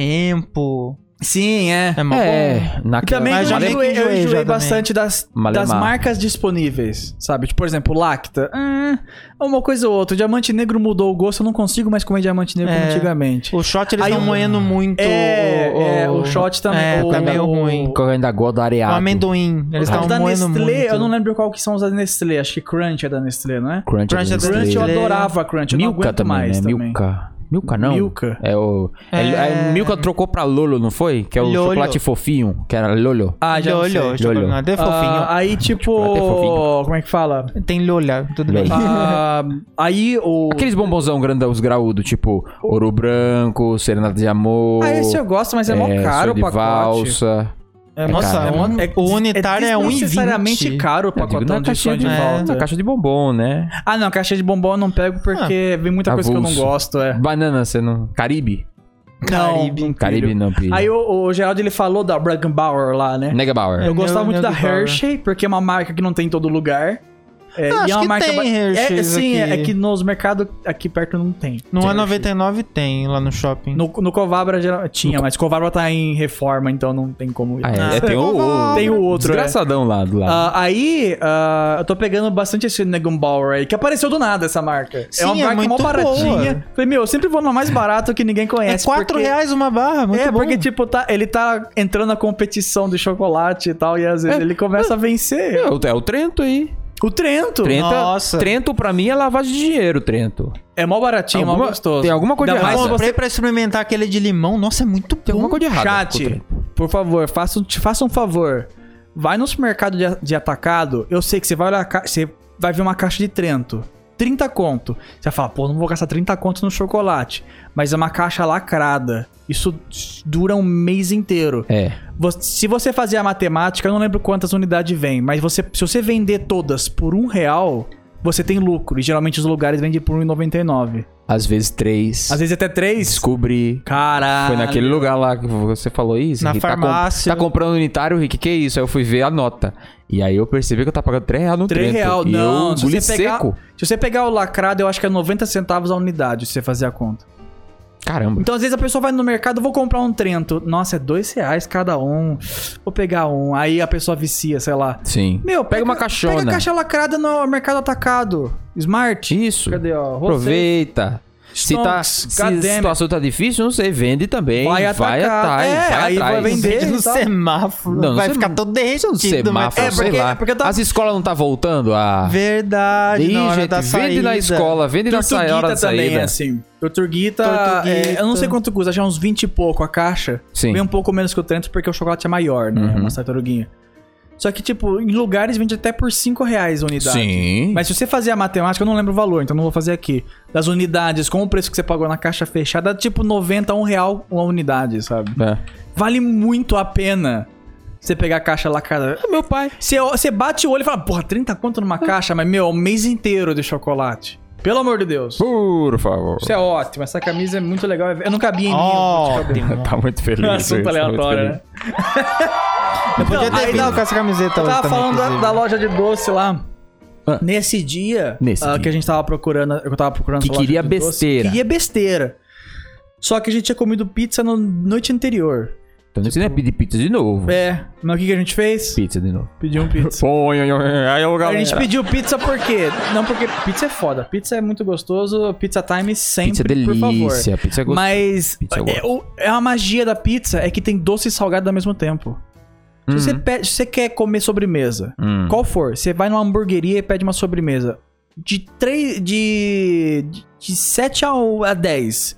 passatempo.
Sim, é.
É mó bom.
É, naquela...
Também eu
Mas já meio
enjoei,
que
eu
enjoei já
enjoei
também.
bastante das,
Malemar.
das marcas disponíveis, sabe? Tipo, por exemplo, Lacta. Hum, uma coisa ou outra. Diamante Negro mudou o gosto, eu não consigo mais comer Diamante Negro como
É.
antigamente.
O shot eles
Aí
estão
o-
moendo muito.
É,
o,
é, o shot também.
É,
o,
tá meio ruim.
Eu ainda gosto do
O
areado.
amendoim.
Os
Eles
Tá
estavam
da
moendo
Nestlé,
muito.
eu não lembro qual que são os da Nestlé. Acho que Crunch é da Nestlé, não é?
Crunch,
Crunch é
é
do
Crunch eu
Nestlé.
adorava Crunch, eu não
Milka
aguento
também,
mais
né?
também.
Milka. Milka não.
Milka.
É o... É...
É.
é- Milka trocou pra Lolo, não foi? Que é o
Lolo.
chocolate fofinho, que era Lolo.
Ah, já
Lolho,
não sei.
chocolate-
Lolho.
não, é
Ah,
fofinho.
aí, tipo...
Chocolate é fofinho.
como é que fala?
Tem lolha, tudo
Lolha.
bem.
Ah, aí, o...
Aqueles bombonzão grandão, os graúdos, tipo Ouro Branco, Serenata de Amor.
Ah, esse eu gosto, mas é mó
é,
caro
Sonho
o
de
pacote.
Valsa.
É, um
Nossa,
cara,
o un- o unitário é 1,20.
desnecessariamente caro o
Eu digo,
pacotão
na
de
caixinha
sonho de
de- é
volta.
Na caixa de bombom, né?
Ah, não, caixa de bombom eu não pego porque vem muita coisa que eu não
Ah, avulso.
gosto, é.
Banana, você não... Caribe?
Não,
Caribe.
não pilho.
Caribe não, filho.
Aí o, o Geraldo, ele falou da Bruggenbauer lá, né?
Negabauer.
Eu gostava
Neo-
muito da
Neugebauer.
Hershey, porque é uma marca que não tem em todo lugar. É, e
Ah, acho
é uma
que
marca
tem
ba- é,
Hershey's
Sim, é-
aqui. é
é que nos mercados aqui perto não tem.
No
Hershey.
A99 tem lá no shopping.
No, no Covabra geral- tinha, mas Covabra tá em reforma, então não tem como ir.
Ah, é,
Ah,
é, tem, o, o-
Tem o outro, é.
Desgraçadão lá do lado.
Ah, aí, ah, eu tô pegando bastante esse Negumbauer aí, que apareceu do nada essa marca.
Sim,
é uma
é
marca mó
muito
baratinha.
boa.
Falei, meu, eu sempre vou na mais barata que ninguém
é
conhece.
4
porque-
reais uma barra, muito
é,
bom.
porque, tipo, tá, ele tá entrando na competição de chocolate e tal, e às
É.
vezes ele começa a vencer.
É, o- é o Trento aí.
O Trento.
Trento,
Nossa.
Trento pra mim é lavagem de dinheiro, Trento.
É mó baratinho, mó
Alguma-
gostoso.
tem alguma coisa
Ainda
eu
mais
errada.
se
comprei pra experimentar aquele de limão. Nossa, é muito bom.
Tem alguma coisa errada. com o
Chat,
Trento.
por favor, faça, um- te faça um favor. Vai no supermercado de, a- de atacado. Eu sei que você vai olhar. a ca- Você vai ver uma caixa de Trento. 30 conto. Você vai falar, pô, não vou gastar 30 conto no chocolate. Mas é uma caixa lacrada. Isso dura um mês inteiro.
É.
Você- Se você fazer a matemática, eu não lembro quantas unidades vem, mas você, se você vender todas por um real, você tem lucro. E geralmente os lugares vendem por 1,99.
Às vezes três.
Às vezes até três.
Descobri.
Caralho.
Foi naquele lugar lá que você falou isso.
Na
Rick, tá com-
farmácia.
Tá, comprando unitário, Rick? Que isso? Aí eu fui ver a nota. E aí eu percebi que eu tava pagando 3 reais no
3
Trento.
real,
E
não.
eu
Se
engoli
você, pegar,
seco.
se você pegar o lacrado, eu acho que é 90 centavos a unidade, se você fazer a conta.
Caramba.
Então, às vezes, a pessoa vai no mercado, vou comprar um Trento. Nossa, é dois reais cada um. Vou pegar um. Aí a pessoa vicia, sei lá.
Sim.
Meu,
Pega uma caixona.
Pega a caixa lacrada no mercado atacado. Smart.
Isso.
Cadê, ó? Rosé,
Aproveita. Se, tá,
Stonks,
se a
Academic.
situação tá difícil, não sei. Vende também.
Vai
Vai,
atacar.
atrás.
É,
vai
aí vai
atrás.
vender.
Vende no
Então-
semáforo.
Não, no
vai
sem-
ficar todo
Não
derretido.
sei, semáforo,
é,
mas...
sei
porque-
lá.
porque eu tava-
As escolas não tá voltando a...
Verdade,
Ih,
na hora
gente,
da saída.
vende na escola, vende na sa- hora
também
da
é
saída.
assim. Tortuguita,
Tortuguita.
é, eu não sei quanto custa, acho que é uns 20 e pouco a caixa.
Sim.
Vem um pouco menos que o Trento porque o chocolate é maior, né? É
Uhum.
Uma tartaruguinha. Só que, tipo, em lugares vende até por 5 reais a unidade.
Sim.
Mas se você fazer a matemática, eu não lembro o valor, então não vou fazer aqui. Das unidades, com o preço que você pagou na caixa fechada, dá tipo 90, 1 real uma unidade, sabe?
É.
Vale muito a pena você pegar a caixa lá, cara.
Meu pai.
Você, você bate o olho e fala, porra, 30 conto numa caixa, mas, meu, é um mês inteiro de chocolate. Pelo amor de Deus.
Por favor.
Isso é ótimo, essa camisa é muito legal. Eu não cabia em mim. um
Ó,
eu vou te
Tá muito feliz.
falar. é um assunto
tá muito
aleatório,
feliz.
né?
Eu podia
Não, aí
ter vindo
dá-
com essa camiseta
Eu
hoje
tava
também,
falando da,
inclusive.
da loja de doce lá.
Ah.
Nesse dia,
Nesse
ah,
dia.
que a gente tava procurando, eu tava procurando
Que
essa loja
queria
de doce,
besteira.
queria besteira. Só que a gente tinha comido pizza na noite anterior.
Então não precisa pedir pizza de novo.
É, mas o que, que a gente fez?
Pizza de novo.
Pediu um pizza.
Põe, aí, aí, ô,
A
galera.
gente pediu pizza por quê? Não porque pizza é foda. Pizza é muito gostoso, pizza time sempre,
Pizza é
por favor.
delícia, pizza é gostosa.
Mas
Pizza eu
é, o- é a magia da pizza é que tem doce e salgado ao mesmo tempo. Se, você
Uhum.
pede- se você quer comer sobremesa,
Hum.
qual for, você vai numa hamburgueria e pede uma sobremesa. De 3. De, de, de 7 ao- a 10.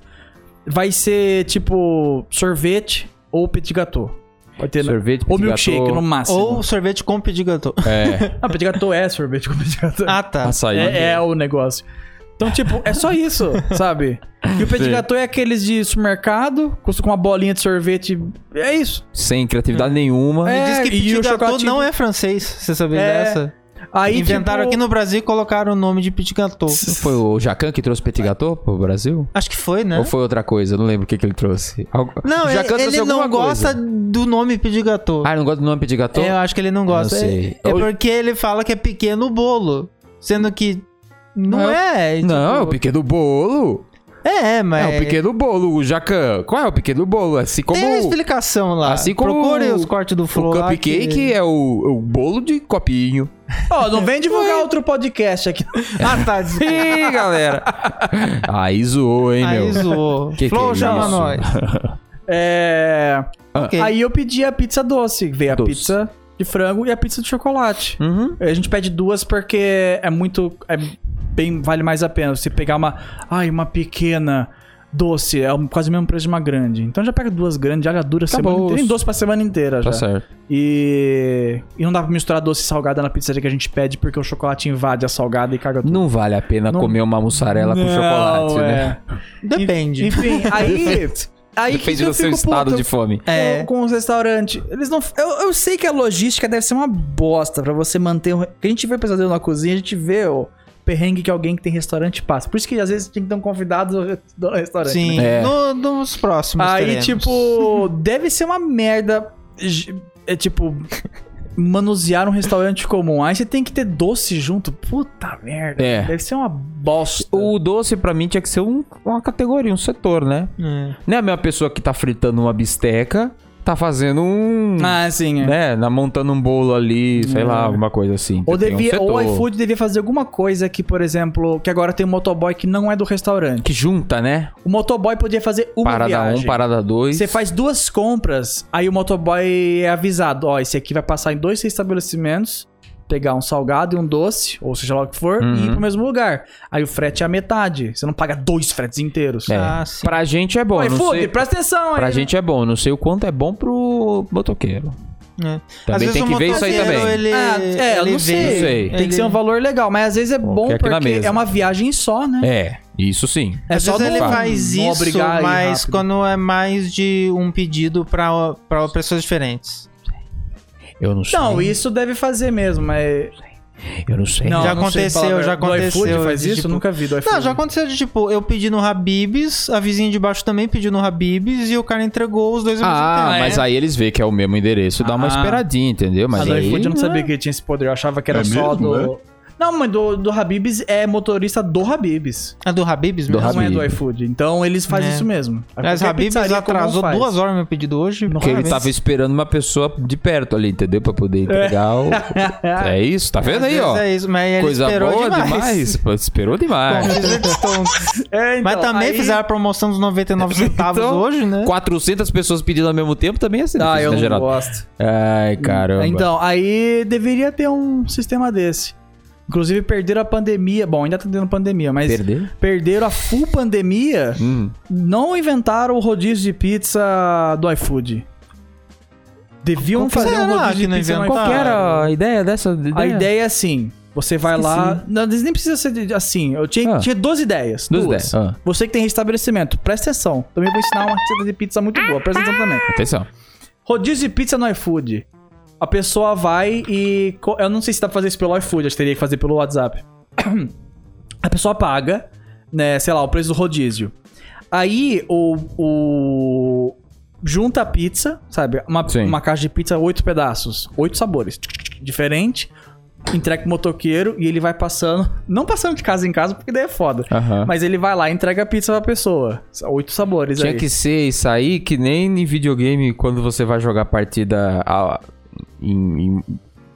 Vai ser tipo sorvete ou petit gâteau. Vai ter, né?
Sorvete,
Ou
petit
milkshake
gâteau.
no máximo.
Ou sorvete com pedir gâteau.
É,
Ah, petit gâteau é sorvete com petit gâteau.
Ah, tá.
açaí.
É, é o negócio. Então, tipo, é só isso, sabe? E o petit
Sim.
gâteau é aqueles de supermercado, custa com uma bolinha de sorvete. É isso.
Sem criatividade nenhuma.
É,
Diz que
e o
petit gâteau
chocolate-
não é francês, você sabia
É.
dessa?
Aí,
Inventaram
tipo,
aqui no Brasil e colocaram o nome de petit gâteau.
Não Foi o Jacan que trouxe
É.
petit gâteau pro Brasil?
Acho que foi, né?
Ou foi outra coisa? Eu Não lembro o que, que ele trouxe. Algo-
Não,
O Jacan
ele,
trouxe
ele não
alguma coisa.
gosta do nome petit gâteau.
Ah, ele não gosta do nome petit gâteau?
Eu acho que ele não gosta.
Não sei.
É, é
Eu-
porque ele fala que é pequeno o bolo, sendo que não
Não,
é. é
Não, é o pequeno bolo.
tipo- é,
É,
mas
o pequeno bolo, o Jacan. Qual é o pequeno bolo? Assim como
tem a
o,
explicação lá.
assim como
Procure
o-
os cortes do
o
Flow lá
cupcake
que-
é o, o bolo de copinho.
ó, não vem divulgar outro podcast aqui.
É.
Ah, tá. desculpa.
Ih, galera. Aí zoou, hein, meu.
Aí zoou.
Que que
Flow
é
chama
isso?
nós.
É.
Ok.
Aí eu pedi a pizza doce. Veio a
Doce.
pizza de frango e a pizza de chocolate.
Uhum.
A gente pede duas porque é muito. É bem, vale mais a pena. Você pegar uma. Ai, uma pequena doce. É um- quase o mesmo preço de uma grande. Então já pega duas grandes, já dura a semana
Acabou.
inteira. Tem doce pra semana inteira já.
Tá certo.
E. E não dá pra misturar doce e salgada na pizzaria que a gente pede, porque o chocolate invade a salgada e caga tudo.
Não vale a pena
Não-
comer uma mussarela com
Não,
chocolate,
é.
né?
Depende.
Enfim, aí. aí que
Depende
eu
do seu
fico
estado
puto
de fome.
com-
É.
Com os restaurantes. Eles não. Eu, eu sei que a logística deve ser uma bosta pra você manter. Um, porque a gente vê pesadelo na cozinha, a gente vê o perrengue que alguém que tem restaurante passa. Por isso que às vezes tem que ter um convidado do re- do restaurante. né?
Sim.
É.
No- nos próximos.
Aí,
teremos.
tipo, deve ser uma merda. j- É tipo. Manusear um restaurante comum. Aí você tem que ter doce junto. Puta merda.
É.
Deve ser uma bosta.
O doce, pra mim, tinha que ser um- uma categoria, um setor, né?
É.
Não é a mesma pessoa que tá fritando uma bisteca, tá fazendo um.
Ah, sim. é.
Né? na- Montando um bolo ali, sei lá, alguma coisa assim.
Ou,
Tem um
devia, ou o
setor.
iFood devia fazer alguma coisa que, por exemplo, que agora tem um motoboy que não é do restaurante.
Que junta, né?
O motoboy podia fazer uma
parada
viagem.
1, um, parada 2.
Você faz duas compras, aí o motoboy é avisado. Ó, esse aqui vai passar em dois estabelecimentos, pegar um salgado e um doce, ou seja lá o que for, e ir
Uhum.
pro mesmo lugar. Aí o frete é a metade. Você não paga dois fretes inteiros.
É.
Ah, sim.
Pra gente é bom.
Ô,
não
iFood,
sei...
presta atenção então aí.
Pra gente é bom. Não sei o quanto é bom pro motoqueiro.
É.
Também tem que ver isso aí
motoqueiro,
também.
Ele,
Ah, é, eu
ele
não sei.
vê.
Não sei.
Tem que ser um valor legal, mas às vezes é bom
aqui na
porque
mesa.
é uma viagem só, né?
É, isso sim.
É,
Às vezes
não-
ele
não
faz isso,
obrigar a ir
mas
rápido.
quando é mais de um pedido pra, pra pessoas diferentes.
Eu não sei.
Não, isso deve fazer mesmo, mas.
Eu não sei.
Não,
Já
não sei
aconteceu,
falar a
já
verdade. Do iFood
aconteceu,
faz
de
isso?
tipo-
Nunca vi
É
do iFood.
Não, já aconteceu de tipo, eu pedi no Habibs, a vizinha de baixo também pediu no Habibs e o cara entregou os dois ao mesmo
Ah,
tempo.
mas aí eles veem que é o mesmo endereço, dá
Ah.
uma esperadinha, entendeu?
Mas
Mas
Ah, do
aí... é.
iFood
é.
eu não sabia que tinha esse poder, eu achava que era
É
só
mesmo,
do. Não, mas do, do Habibs é motorista do Habibs.
A do Habibs
Do
mesmo?
não é do
Habib.
iFood. Então eles fazem
É.
isso mesmo.
Mas
Qualquer
Habibs
pizzaria comum
atrasou
faz.
duas horas meu pedido hoje.
Porque ele
parabéns.
tava esperando uma pessoa de perto ali, entendeu? Pra poder entregar o... É isso, tá vendo
Às
aí,
vezes
ó?
É isso, mas ele
Coisa
esperou
boa demais.
demais.
pô, Esperou demais.
Bom, eles estão-
É, então,
mas também
aí-
fizeram a promoção dos 99 centavos
Então,
hoje, né?
400 pessoas pedindo ao mesmo tempo também é assim,
Ah, eu
né,
não
Geraldo?
gosto.
Ai, caramba.
Então, aí deveria ter um sistema desse. Inclusive, perderam a pandemia. Bom, ainda tá tendo pandemia, mas
Perder?
perderam a full pandemia.
Hum.
Não inventaram o rodízio de pizza do iFood. Deviam
Qual que
fazer um
será
rodízio
que
de
não
pizza no
inventaram?
iFood.
Qual que era
a ideia dessa
Ah, A ideia é assim: você vai lá. Não, às vezes nem precisa ser de- assim. Eu tinha,
Ah.
tinha 12 ideias.
Duas
Duas.
ideias. Ah,
Você que tem restabelecimento, presta atenção. Também vou ensinar uma receita de pizza muito boa. Presta atenção também.
atenção.
Rodízio de pizza no iFood. A pessoa vai e. co- Eu não sei se dá pra fazer isso pelo iFood, acho que teria que fazer pelo WhatsApp. A pessoa paga, né, sei lá, o preço do rodízio. Aí o. o- junta a pizza, sabe? Uma,
Sim.
uma caixa de pizza, oito pedaços, oito sabores. Diferente. Entrega pro motoqueiro e ele vai passando. Não passando de casa em casa, porque daí é foda.
Aham.
Mas é ele vai lá e entrega a pizza pra pessoa. Oito sabores
Tinha
aí.
que ser isso aí que nem em videogame quando você vai jogar partida a- em, em-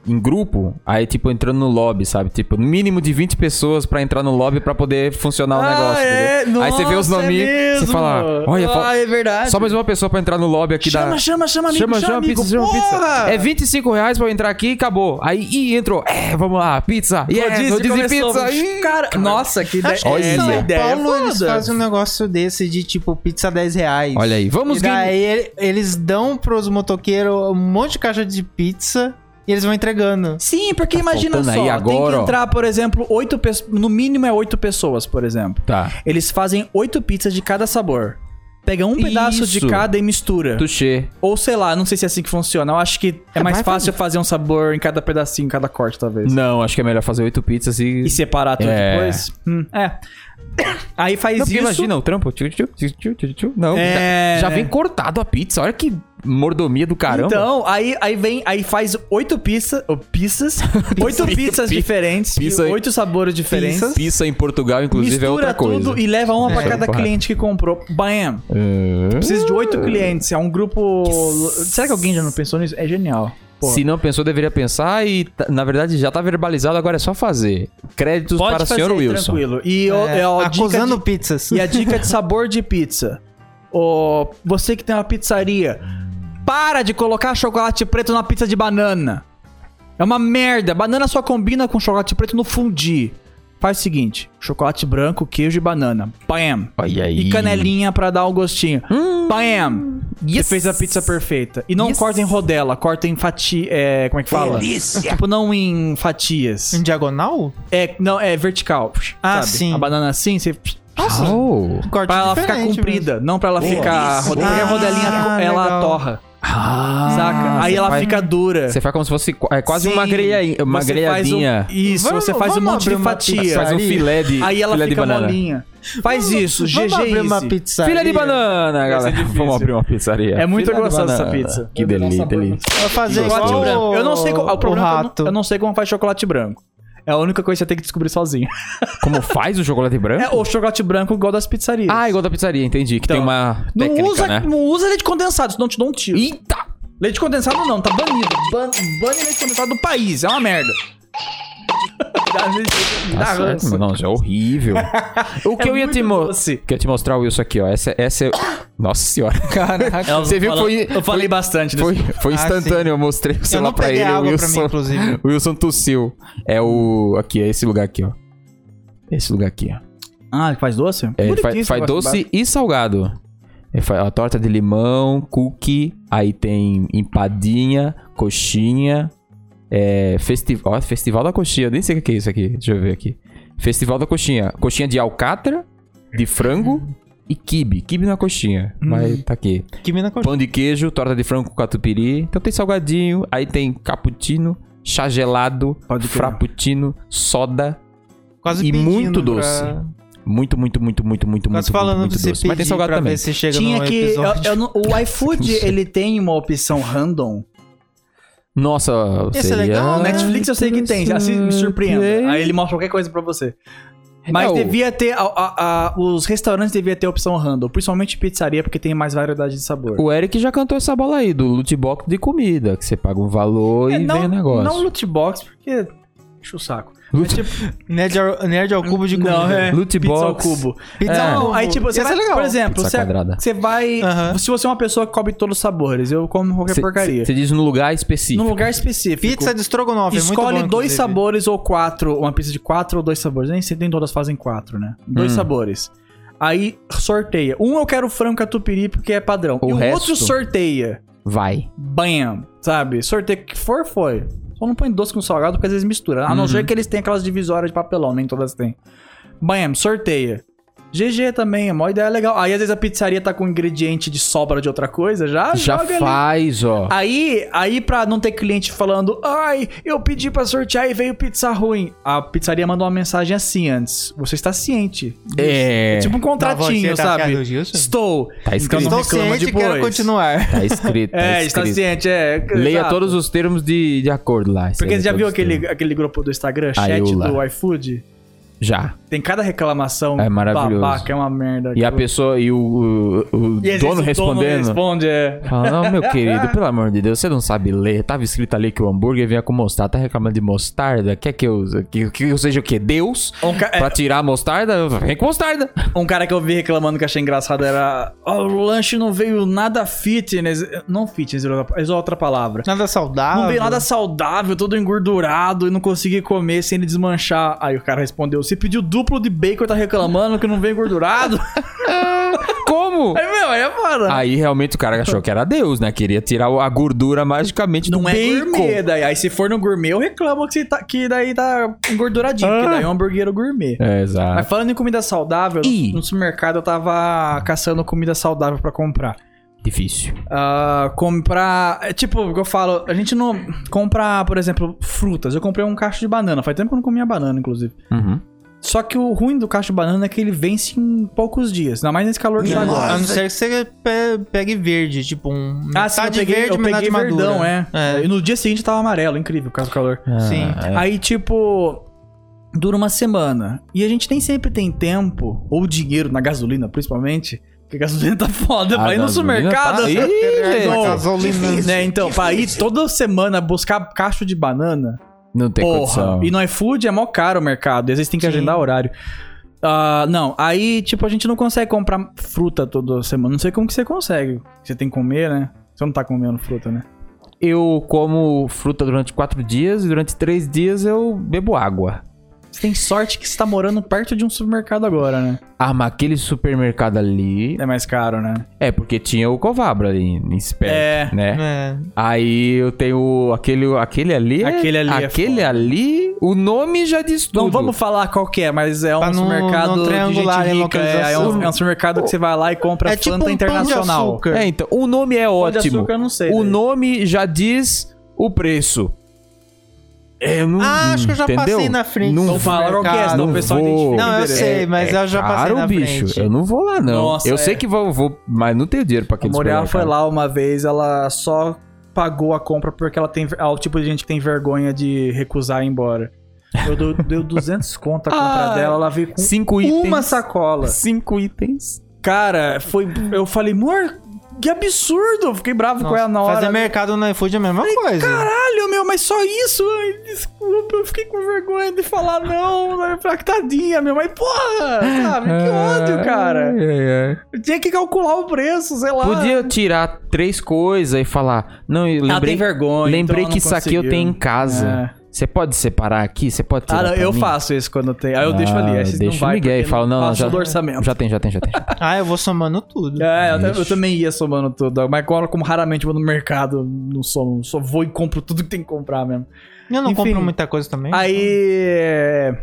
em grupo, aí tipo entrando no lobby, sabe? Tipo, no mínimo de 20 pessoas pra entrar no lobby pra poder funcionar o um negócio.
é?
entendeu? aí você vê os
Nossa, é
nominhos, você
mesmo.
fala, olha, fal-
ah, é verdade.
só mais uma pessoa pra entrar no lobby aqui
chama,
da
chama, chama, amigo,
Chama,
chama,
chama,
amigo,
pizza, chama
porra!
pizza. É 25 reais pra eu entrar aqui e acabou. Aí, ih, entrou. É, vamos lá, pizza. E yeah,
Rodízio
é, rodízio de
começou.
pizza. Ih,
cara, nossa, que ideia.
Acho que
Olha.
em São
Essa ideia é
Paulo eles
foda.
fazem um negócio desse de tipo pizza 10 reais.
Olha aí, vamos
E daí ele- eles dão pros motoqueiros um monte de caixa de pizza e eles vão entregando.
Sim, porque imagina só,
Tá faltando aí
tem
agora,
que
ó.
entrar, por exemplo, oito pessoas, no mínimo é oito pessoas, por exemplo.
Tá,
Eles fazem oito pizzas de cada sabor. Pega um
Isso.
pedaço de cada e mistura.
touché.
Ou sei lá, não sei se é assim que funciona. Eu acho que é,
É,
mais
vai
fácil fazer um sabor em cada pedacinho, em cada corte, talvez.
Não, acho que é melhor fazer oito pizzas e...
E separar tudo
É.
depois. Hum, é. Aí faz
Não, porque
isso.
imagina o trampo. Tchu, tchu, tchu, tchu, tchu, tchu. Não,
É.
já, já vem cortado a pizza. Olha que mordomia do caramba.
Então, aí, aí vem, aí faz oito pizza, oh, pizzas, oito pizzas
pi-
diferentes,
pizza-
e oito sabores diferentes.
Pizza em Portugal, inclusive,
mistura
é outra coisa.
tudo e leva uma pra
É.
cada
Porra.
cliente que comprou. Bam! Precisa de oito clientes, é um grupo. Será que alguém já não pensou nisso? É genial. Pô.
Se não pensou, deveria pensar e, tá- na verdade, já tá verbalizado, agora é só fazer. Créditos para o senhor Wilson.
tranquilo. E o- é, ó, dica
acusando
de-
pizzas.
E a dica é de sabor de pizza. Ô, você que tem uma pizzaria, para de colocar chocolate preto na pizza de banana. É uma merda. Banana só combina com chocolate preto no fundi. Faz o seguinte: chocolate branco, queijo e banana. Bam!
Olha aí. Hum.
E canelinha pra dar o gostinho. Bam! Você fez a pizza perfeita. E não
Yes.
corta em rodela, corta em fatia. É, como é que fala? Tipo, não em
Em
fatias.
diagonal?
É, não, é vertical.
Ah,
sabe?
sim.
A banana assim, você
Oh.
Um corte
Pra ela ficar
diferente
comprida, não pra ela
Boa.
ficar.
Isso.
Porque a
Ah,
rodelinha ela
legal.
torra,
Ah,
saca? Aí
você
ela
faz-
fica dura.
Você faz como se fosse qu- é quase uma,
Sim.
grelha, uma
Você faz um-
grelhadinha.
isso,
Vamos-
você faz um
vamos
monte de
abrir uma
fatia.
Faz um
Pizzaria.
filé de,
Aí ela
filé de
fica
banana.
molinha. Faz isso,
Vamos
GG
abrir uma
easy.
pizzaria.
Filé de banana,
ser
galera.
difícil.
Vamos abrir uma pizzaria.
É muito
Filé de
gostosa essa
banana.
pizza. é
Que delícia, delícia.
Vai fazer
Chocolate
igual
branco.
o-
Eu não sei qual, o
o
problema é que eu não-
rato.
eu não sei como faz chocolate branco. É a única coisa que você tem que descobrir sozinho.
Como faz o chocolate branco?
É o chocolate branco igual das pizzarias.
Ah, igual da pizzaria, entendi. Que
Então,
tem uma
não
técnica,
usa,
né?
não usa leite condensado, senão eu te dou um tiro.
Eita!
Leite condensado não, tá banido. Ban, bane leite condensado do país, é uma merda. Dá-
Tá
dá
certo,
ranço.
mas não, isso é horrível. o que
É
eu ia te
muito
mostrar...
doce.
Que eu ia te mostrar, Wilson, aqui, ó. Essa, essa é... Nossa senhora.
Eu
Você viu que
falo-
foi...
Eu falei bastante
Foi,
desse.
foi
Ah,
instantâneo, eu mostrei o
Eu
celular
não
pra
peguei
ele. O
água pra mim,
Wilson,
inclusive.
o Wilson tossiu. É o. Aqui, é esse lugar aqui, ó. Esse lugar aqui, ó.
Ah, que faz doce?
É, ele
Bonitinho
faz,
esse
faz
negócio
doce e salgado. Ele faz a torta de limão, cookie, Aí tem empadinha, coxinha, é, festival, ó, festival da coxinha, nem sei o que é isso aqui. Deixa eu ver aqui. Festival da coxinha, coxinha de alcatra, de frango e kibe. Kibe na coxinha,
Hum.
mas tá aqui.
Que mina coxinha.
Pão de queijo, torta de frango com catupiry. Então tem salgadinho, aí tem cappuccino, chá gelado,
Pode crer.
frappuccino, soda.
Quase
e
pedindo
muito
pra-
doce. Muito, muito, muito, muito, muito,
Quase
muito,
falando
muito, muito
pra você
doce. Mas tem
pedir
salgado
pra
também.
ver se chega
Tinha
no
que. eu-
episódio.
eu não- o iFood, ele tem uma opção random.
Nossa,
Esse é
seria...
legal,
O
né?
Netflix eu sei que tem, assim me surpreenda. Aí ele mostra qualquer coisa pra você. Mas
É, o-
devia ter. a- a- a- os restaurantes devia ter opção random, principalmente pizzaria, porque tem mais variedade de sabor.
O Eric já cantou essa bola aí, do loot box de comida, que você paga um valor
É,
e
não,
vem o negócio.
não loot é box, porque. Deixa o saco.
Loot-
Nerd, ao- nerd ao cubo de comida.
Não, é.
Loot
pizza ao
box.
cubo.
Pizza
É.
ao
Não,
cubo.
aí tipo, você
Ia
vai,
ser legal.
por exemplo,
Pizza
você,
quadrada.
você vai.
Aham.
Se você é uma pessoa que come todos os sabores, eu como qualquer
Cê-
porcaria.
cê- Você diz num lugar específico.
Num lugar específico.
Pizza de estrogonofe, é muito
Escolhe
bom,
dois
inclusive.
sabores ou quatro. Uma pizza de quatro ou dois sabores. Nem sei, nem todas fazem quatro, né? Dois
Hum.
sabores. Aí sorteia. Um eu quero frango catupiry porque é padrão.
O
e o
resto?
outro sorteia.
Vai.
Bam! Sabe? Sorteio que for, foi. Só não põe doce com salgado porque às vezes mistura. A não
Uhum.
ser que eles tenham aquelas divisórias de papelão, nem todas têm. Bam! Sorteia. GG também, a maior ideia é legal. Aí às vezes a pizzaria tá com ingrediente de sobra de outra coisa, já
já
Ah, joga ali.
faz, ó.
Aí, aí pra não ter cliente falando, ai, eu pedi pra sortear e veio pizza ruim. A pizzaria mandou uma mensagem assim antes. Você está ciente.
É.
É tipo um
Tá, você
contratinho,
tá
sabe?
certo disso?
Estou.
Tá escrito.
Então não
Estou
reclama
ciente e
depois.
quero continuar.
Tá escrito. tá
É, está
escrito.
ciente, é.
Leia
exato.
todos os termos de, de acordo lá.
Porque
Leia
você já viu
todos os Ah,
aquele,
termos.
aquele grupo do Instagram, chat
Aiula.
do iFood?
Já.
Tem cada reclamação
É maravilhoso.
babaca, é uma merda.
E a
aquilo.
pessoa e o, o, o
E às vezes
dono respondendo.
responde, é.
Fala, não, meu querido, pelo amor de Deus, você não sabe ler. Tava escrito ali que o hambúrguer vinha com mostarda. Tá reclamando de mostarda? Quer que eu, que, que eu seja o quê? Deus?
Um, ca- é,
Pra tirar a mostarda? Vem com mostarda.
um cara que eu vi reclamando que eu achei engraçado era. "Ó, o lanche não veio nada fitness. Não fitness, é outra palavra.
Nada saudável.
Não veio nada saudável, todo engordurado e não consegui comer sem ele desmanchar. Aí o cara respondeu: Você pediu duplo de bacon e tá reclamando que não veio engordurado?
Como?
aí, meu, aí é foda.
Aí realmente o cara achou que era Deus, né? Queria tirar o- a gordura magicamente do
Não é
Tipo, bacon.
gourmet, daí. Aí se for no gourmet, eu reclamo que, você tá- que daí tá engorduradinho,
Ah.
porque daí é um hambúrguer gourmet.
É, exato.
Mas falando em comida saudável,
Ih.
no supermercado eu tava caçando comida saudável pra comprar.
Difícil.
Ah, comprar. é Tipo, o que eu falo, a gente não. Comprar, por exemplo, frutas. Eu comprei um cacho de banana. Faz tempo que eu não comia banana, inclusive.
Uhum.
Só que o ruim do cacho de banana é que ele vence em poucos dias. Ainda mais nesse calor que tá agora.
A não ser que você pe- pegue verde, tipo um.
Ah, sim, eu
metade
peguei, eu
metade
peguei verdão,
madura.
é. E no dia seguinte tava amarelo, incrível, por causa do calor.
Sim.
Ah,
Aí, tipo, dura uma semana. E a gente nem sempre tem tempo, ou dinheiro na gasolina, principalmente. Porque a gasolina tá foda.
A
pra ir no
gasolina
supermercado.
tá-
né?
Ih,
É.
velho.
Gasolina.
né? Então, pra ir toda semana buscar cacho de banana.
Não tem
porra.
condição.
E no iFood é mó caro o mercado. E às vezes tem que
Sim.
agendar horário. Ah, não, aí, tipo, a gente não consegue comprar fruta toda semana. Não sei como que você consegue. Você tem que comer, né? Você não tá comendo fruta, né?
Eu como fruta durante quatro dias e durante três dias eu bebo água.
Você tem sorte que você tá morando perto de um supermercado agora, né?
Ah, mas aquele supermercado ali.
É mais caro, né?
É, porque tinha o Covabra ali em espera,
É.
né?
É.
Aí eu tenho aquele, aquele ali. é-
Aquele ali é
Aquele
foda.
ali. O nome já diz tudo.
Não vamos falar qual que é, mas é um
Pra não-
supermercado
não
de gente
triangular em
rica. É, é um,
localização.
é um supermercado que você vai lá e compra
É tipo
Fanta
um pão de
Internacional.
açúcar.
É, então. O nome é
Pão de
ótimo.
açúcar eu não sei. né?
o
daí.
nome já diz o preço. É, eu não.
Ah, acho que eu já
entendeu?
passei na frente.
Não
Então
do
fala qual que é,
supermercado.
senão o
Não
pessoal
vou.
identifica. o
Não, eu
endereço.
sei, mas
É
eu já passei
Caro,
na
bicho.
frente.
Eu não vou lá, não.
Nossa,
eu
é.
sei que vou, vou, mas não tenho dinheiro pra
A
aquele
Moriá foi
supermercado.
lá uma vez, ela só pagou a compra porque ela tem. É o tipo de gente que tem vergonha de recusar e ir embora. Eu dou- deu 200 conto a compra
Ah,
dela, ela veio com
Cinco itens.
uma sacola.
Cinco itens.
Cara, foi. Eu falei, amor, que absurdo! Eu Fiquei bravo com ela na é hora.
Fazer mercado no iFood é a mesma coisa.
Caralho, meu, mas só isso? Ai, desculpa, eu fiquei com vergonha de falar não. né? Falei, Tadinha, meu, mas porra, sabe? Que
Ah.
ódio, cara.
É, Ai, ai.
Eu tinha que calcular o preço, sei lá.
Podia tirar três coisas e falar. Não, eu
Ela
lembrei.
tem vergonha.
lembrei
então ela
que
não
isso aqui eu
conseguiu.
tenho em casa.
É.
Você pode separar aqui? Você pode tirar
Ah, não,
pra
eu
mim?"
faço isso quando tem. Aí eu deixo
Ah,
ali. Aí vocês
deixa
não vai,
o Miguel e
porque
fala, não, não,
passa
já,
do orçamento.
já tem, já tem, já tem.
Ah, eu vou somando tudo.
É, eu, até- eu
Ixi.
também ia somando tudo. Mas agora, como raramente vou no mercado, não somo. Só vou e compro tudo que tem que comprar mesmo.
Eu não
Enfim.
compro muita coisa também.
Então.
Aí. é,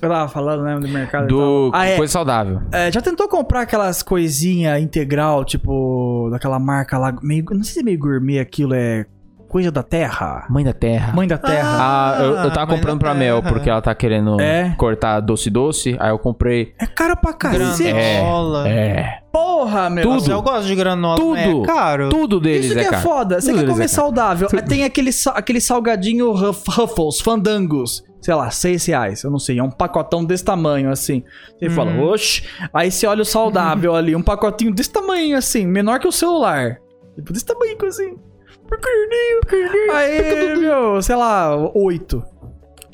Eu tava falando, né, do mercado. e
Do
tal. Ah, é,
coisa saudável.
é, já tentou comprar aquelas coisinhas integral, tipo, daquela marca lá, meio, não sei se é meio gourmet aquilo, é coisa da terra?
Mãe da terra.
Mãe da terra.
Ah, eu, eu
Ah,
tava
mãe
comprando
da
pra Mel,
terra.
porque ela tá querendo
É.
cortar doce-doce. Aí eu comprei.
É caro pra cacete.
Granola.
É.
Porra, meu. é
Tudo.
Nossa, eu gosto de granola.
Tudo.
mas É caro.
Tudo deles
Isso que
é
é,
caro.
foda. Você
Tudo
quer
deles
comer
é caro.
saudável. Aí Tem aquele, sa- aquele salgadinho Ruff- Ruffles, fandangos. Sei lá, 6 reais. Eu não sei. É um pacotão desse tamanho, assim.
Uhum.
Você fala, oxe. Aí você olha o saudável ali. Um pacotinho desse tamanho, assim. Menor que o celular. Tipo, desse tamanho, assim. Pequenininho, pequenininho. Aí, meu, sei lá, 8.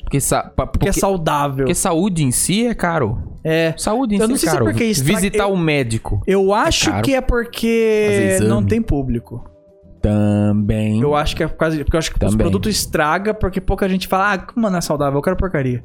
Porque, sa- pa-
Porque é
porque-
saudável.
porque saúde em si é caro.
É.
Saúde em
Eu
si
não
é
sei se é
caro.
porque isso-
Visitar
eu-
um médico.
Eu acho
caro.
que é porque
Fazer
não
exame.
tem público.
Também.
Eu acho que é por causa de, Porque eu acho que os
Também.
produtos estraga porque pouca gente fala, ah, mano, é saudável, eu quero porcaria.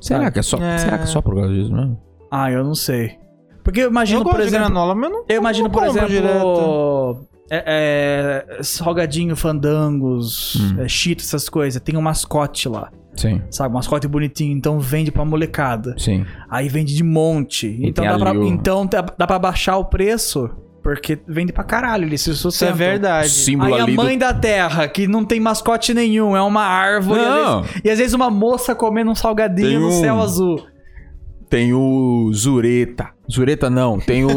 Será que é só,
É.
será que é só por causa disso mesmo?
Ah, eu não sei. Porque eu imagino,
Eu
por
gosto de
exemplo.
granola, mas eu não
Eu imagino,
não
por
compro
exemplo. É, é, salgadinho, fandangos,
Hum.
é, cheetos, essas coisas. Tem um mascote lá,
Sim.
sabe? Um mascote bonitinho. Então vende pra molecada.
Sim.
Aí vende de monte. Então,
tem
dá
ali
pra,
o-
então dá dá pra baixar o preço. Porque vende pra caralho, eles se
Isso é
sustentam.
verdade.
Símbolo
Aí a
ali
mãe da terra, que não tem mascote nenhum, é uma árvore. e às vezes-
Não.
E, às vezes, uma moça comendo um salgadinho
Tem
no
um-
céu azul.
do... Tem o Zureta. Zureta não, tem o...